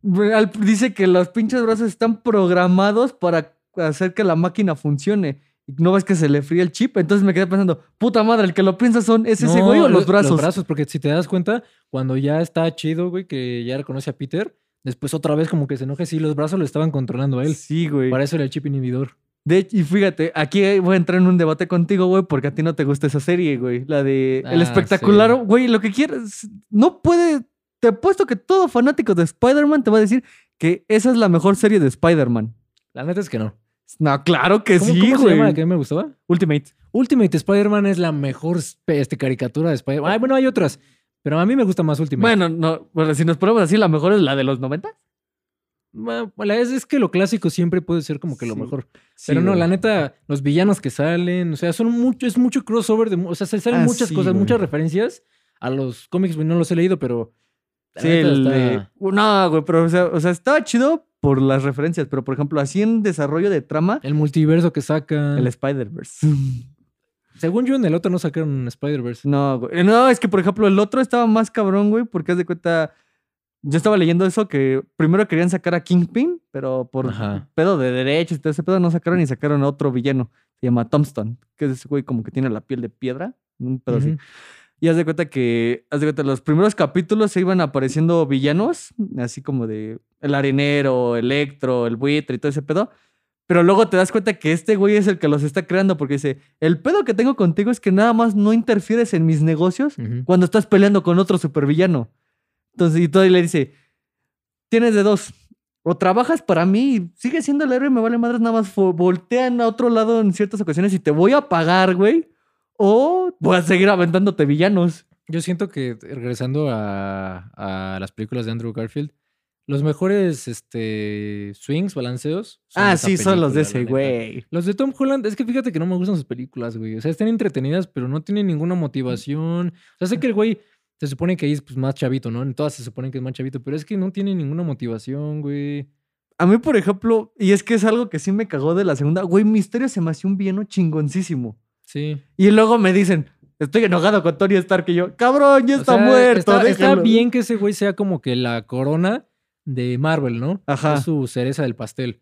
B: Güey, al- Dice que los pinches brazos están programados para hacer que la máquina funcione. Y no ves que se le fría el chip. Entonces me quedé pensando, puta madre, el que lo piensa son, ¿es ese
A: No,
B: güey o
A: lo-
B: los brazos?
A: Los brazos, porque si te das cuenta, cuando ya está chido, güey, que ya reconoce a Peter, después otra vez como que se enoja. Sí, los brazos lo estaban controlando a él.
B: Sí, güey.
A: Para eso era el chip inhibidor.
B: De hecho, y fíjate, aquí voy a entrar en un debate contigo, güey, porque a ti no te gusta esa serie, güey. La de El
A: Ah,
B: Espectacular,
A: sí.
B: güey, lo que quieras. No puede. Te apuesto que todo fanático de Spider-Man te va a decir que esa es la mejor serie de Spider-Man.
A: La neta es que no.
B: No, claro que
A: ¿Cómo,
B: sí,
A: cómo se
B: güey.
A: llama la que a mí me gustaba?
B: Ultimate.
A: Ultimate Spider-Man es la mejor este, caricatura de Spider-Man. Ay, bueno, hay otras, pero a mí me gusta más Ultimate.
B: Bueno, no, bueno, si nos ponemos así, la mejor es la de los 90.
A: Bueno, la- es, es que lo clásico siempre puede ser como que lo
B: Sí.
A: mejor.
B: Sí,
A: Pero no,
B: güey.
A: la neta, los villanos que salen, o sea, son mucho, es mucho crossover, de, mu- o sea, se salen
B: Ah,
A: muchas
B: sí,
A: cosas,
B: güey.
A: muchas referencias a los cómics, güey, no los he leído, pero... la
B: Sí,
A: neta
B: el
A: está-
B: de- No, güey, pero o sea, o sea, estaba chido por las referencias, pero por ejemplo, así en desarrollo de trama,
A: El multiverso que sacan.
B: el Spider-Verse.
A: Según yo, en el otro no sacaron un Spider-Verse.
B: No, güey. No, es que por ejemplo, el otro estaba más cabrón, güey, porque haz de cuenta. Yo estaba leyendo eso que primero querían sacar a Kingpin, pero por
A: Ajá.
B: pedo de derechos y todo ese pedo no sacaron y sacaron a otro villano. Se llama Tombstone, que es ese güey como que tiene la piel de piedra. Un pedo así.
A: Ujú.
B: Y haz de cuenta que, haz de cuenta, los primeros capítulos se iban apareciendo villanos, así como de el arenero, electro, el buitre y todo ese pedo. Pero luego te das cuenta que este güey es el que los está creando porque dice, el pedo que tengo contigo es que nada más no interfieres en mis negocios
A: Ujú.
B: cuando estás peleando con otro supervillano. Entonces, y todavía le dice, tienes de dos. O trabajas para mí y sigues siendo el héroe, me vale madres, nada más fo- voltean a otro lado en ciertas ocasiones y te voy a pagar, güey. O voy a seguir aventándote villanos.
A: Yo siento que, regresando a, a las películas de Andrew Garfield, los mejores este, swings, balanceos... son
B: ah,
A: esa
B: sí, son los de
A: película,
B: ese,
A: la neta.
B: güey.
A: Los de Tom Holland, es que fíjate que no me gustan sus películas, güey. O sea, están entretenidas, pero no tienen ninguna motivación. O sea, sé que el güey se supone que ahí es pues, más chavito, ¿no? En todas se supone que es más chavito, pero es que no tiene ninguna motivación, güey.
B: A mí, por ejemplo, y es que es algo que sí me cagó de la segunda, güey, Misterio se me hacía un villano chingoncísimo.
A: Sí.
B: Y luego me dicen, estoy enojado con Tony Stark y yo, cabrón, ya
A: O
B: está
A: sea,
B: muerto.
A: Está, está
B: déjalo".
A: bien que ese güey sea como que la corona de Marvel, ¿no?
B: Ajá.
A: Es su cereza del pastel.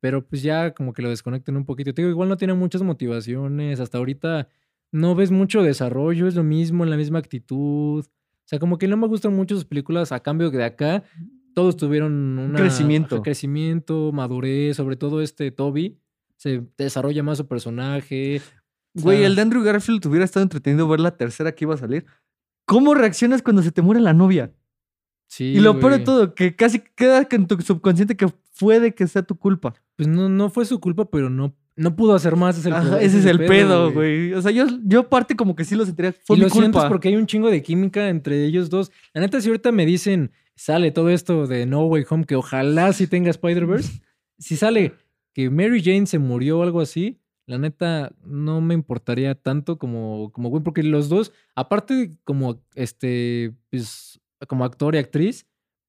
A: Pero pues ya como que lo desconecten un poquito. Te digo, igual no tiene muchas motivaciones. Hasta ahorita no ves mucho desarrollo, es lo mismo, en la misma actitud. O sea, como que no me gustan mucho sus películas a cambio de acá. Todos tuvieron un
B: crecimiento.
A: crecimiento, madurez, sobre todo este Toby. Se desarrolla más su personaje.
B: Güey,
A: sea-
B: el de Andrew Garfield te hubiera estado entretenido ver la tercera que iba a salir. ¿Cómo reaccionas cuando se te muere la novia?
A: Sí,
B: y lo peor de
A: güey.
B: todo, que casi queda en tu subconsciente que fue de que sea tu culpa.
A: Pues no, no fue su culpa, pero no, no pudo hacer más. ese Es el
B: Ajá,
A: problema,
B: ese es el pedo, güey. O sea, yo, yo parte como que sí lo sentiría. Fue
A: y
B: mi
A: lo sientes
B: culpa.
A: porque hay un chingo de química entre ellos dos. La neta, si ahorita me dicen, sale todo esto de No Way Home, que ojalá sí tenga Spider-Verse, si sale que Mary Jane se murió o algo así, la neta no me importaría tanto como, como Gwen, porque los dos, aparte de como este, pues, como actor y actriz,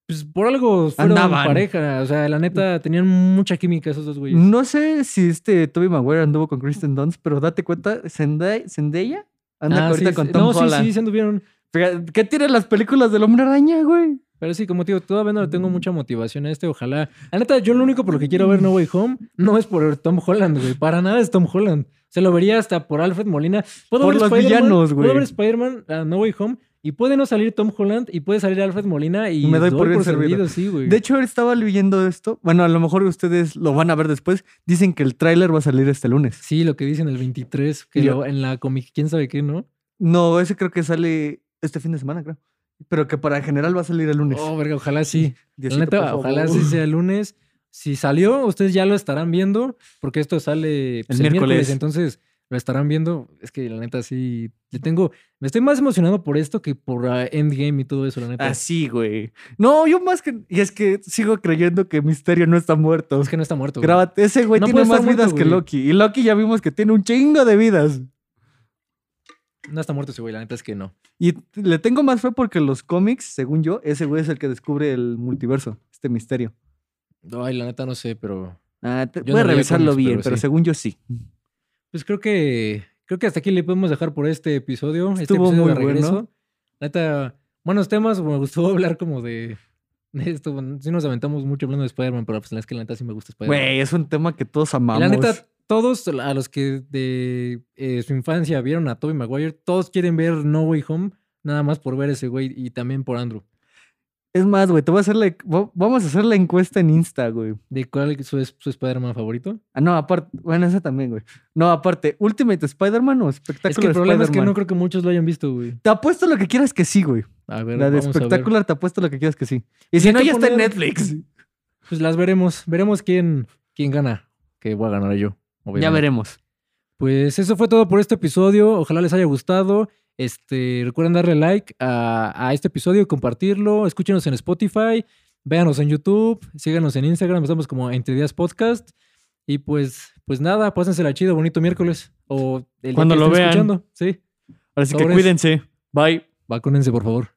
A: pues por algo fueron
B: Andaban. Mm.
A: pareja. O sea, la neta tenían mucha química esos dos güeyes.
B: No sé si este Toby Maguire anduvo con Kristen Dunst, pero date cuenta, Zendaya, Zendaya anda
A: Ah,
B: ahorita
A: sí,
B: con
A: sí.
B: Tom
A: no,
B: Holland.
A: sí, sí, se anduvieron.
B: Fíjate, ¿Qué tienen las películas del Hombre Araña, güey?
A: Pero sí, como te digo, todavía no le tengo mucha motivación a este. Ojalá. La neta, yo lo único por lo que quiero ver No Way Home no es por Tom Holland, güey. Para nada es Tom Holland. Se lo vería hasta por Alfred Molina. Puedo
B: Por
A: ver
B: los
A: Spider-Man,
B: villanos, güey.
A: Puedo ver Spider-Man a No Way Home y puede no salir Tom Holland y puede salir Alfred Molina y
B: Me doy por bien servido.
A: sí, güey.
B: De hecho, estaba leyendo esto. Bueno, a lo mejor ustedes lo van a ver después. Dicen que el tráiler va a salir este lunes.
A: sí, lo que dicen el 23, que
B: Y yo-
A: lo- en la comic, quién sabe qué, ¿no?
B: No, ese creo que sale este fin de semana, creo. Pero que para general va a salir el lunes.
A: Oh, verga, ojalá sí. La
B: Diosito, por
A: neta,
B: favor.
A: ojalá sí sea el lunes. Si salió, ustedes ya lo estarán viendo, porque esto sale pues,
B: El
A: el
B: miércoles.
A: miércoles. Entonces, lo estarán viendo. Es que la neta sí, le tengo. Me estoy más emocionado por esto que por ah, Endgame y todo eso, la neta.
B: Así, güey. No, yo más que. Y es que sigo creyendo que Misterio no está muerto.
A: Es que no está muerto. güey.
B: Grábate, ese güey
A: No
B: tiene
A: puede estar
B: más
A: muerto,
B: vidas que
A: güey.
B: Loki. Y Loki ya vimos que tiene un chingo de vidas.
A: No está muerto ese güey, la neta es que no.
B: Y t- le tengo más fe porque en los cómics, según yo, ese güey es el que descubre el multiverso, este misterio.
A: Ay, la neta no sé, pero.
B: Ah, te-
A: Yo
B: voy a
A: no leía
B: revisarlo
A: cómics,
B: bien,
A: pero
B: pero,
A: sí.
B: según yo sí.
A: Pues creo que. Creo que hasta aquí le podemos dejar por este episodio. este
B: Estuvo
A: episodio
B: muy
A: de regreso.
B: bueno.
A: La neta, buenos temas. Me gustó hablar como de. de esto, sí nos aventamos mucho hablando de Spider-Man, pero pues la es que la neta sí me gusta Spider-Man.
B: Güey, es un tema que todos
A: Y
B: amamos.
A: La neta, todos a los que de eh, su infancia vieron a Tobey Maguire, todos quieren ver No Way Home, nada más por ver ese güey y también por Andrew.
B: Es más, güey, te voy a hacer la- va- vamos a hacer la encuesta en Insta, güey.
A: ¿De cuál es su, su Spider-Man favorito?
B: Ah, no, aparte, bueno, esa también, güey. No, aparte, Ultimate Spider-Man o espectáculo
A: Es que el problema es que no
B: Spider-Man?
A: creo que muchos lo hayan visto, güey.
B: Te apuesto lo que quieras que sí, güey.
A: A ver,
B: La de
A: vamos a ver.
B: espectacular, te apuesto lo que quieras que sí. Y si
A: Hay
B: no,
A: que
B: ya está en
A: poner-
B: Netflix.
A: Pues las veremos. Veremos quién, ¿Quién gana? Que voy a ganar yo.
B: Ya
A: obviamente.
B: veremos.
A: Pues eso fue todo por este episodio. Ojalá les haya gustado. Este, recuerden darle like a, a este episodio, compartirlo, escúchenos en Spotify, véanos en YouTube, síganos en Instagram, estamos como Entre Días Podcast. Y pues, pues nada, pásensela chido, bonito miércoles. O el día
B: Cuando
A: que
B: lo
A: estén
B: vean.
A: escuchando. Sí,
B: Ahora sí que
A: Sobres.
B: cuídense. Bye.
A: vacúnense, por favor.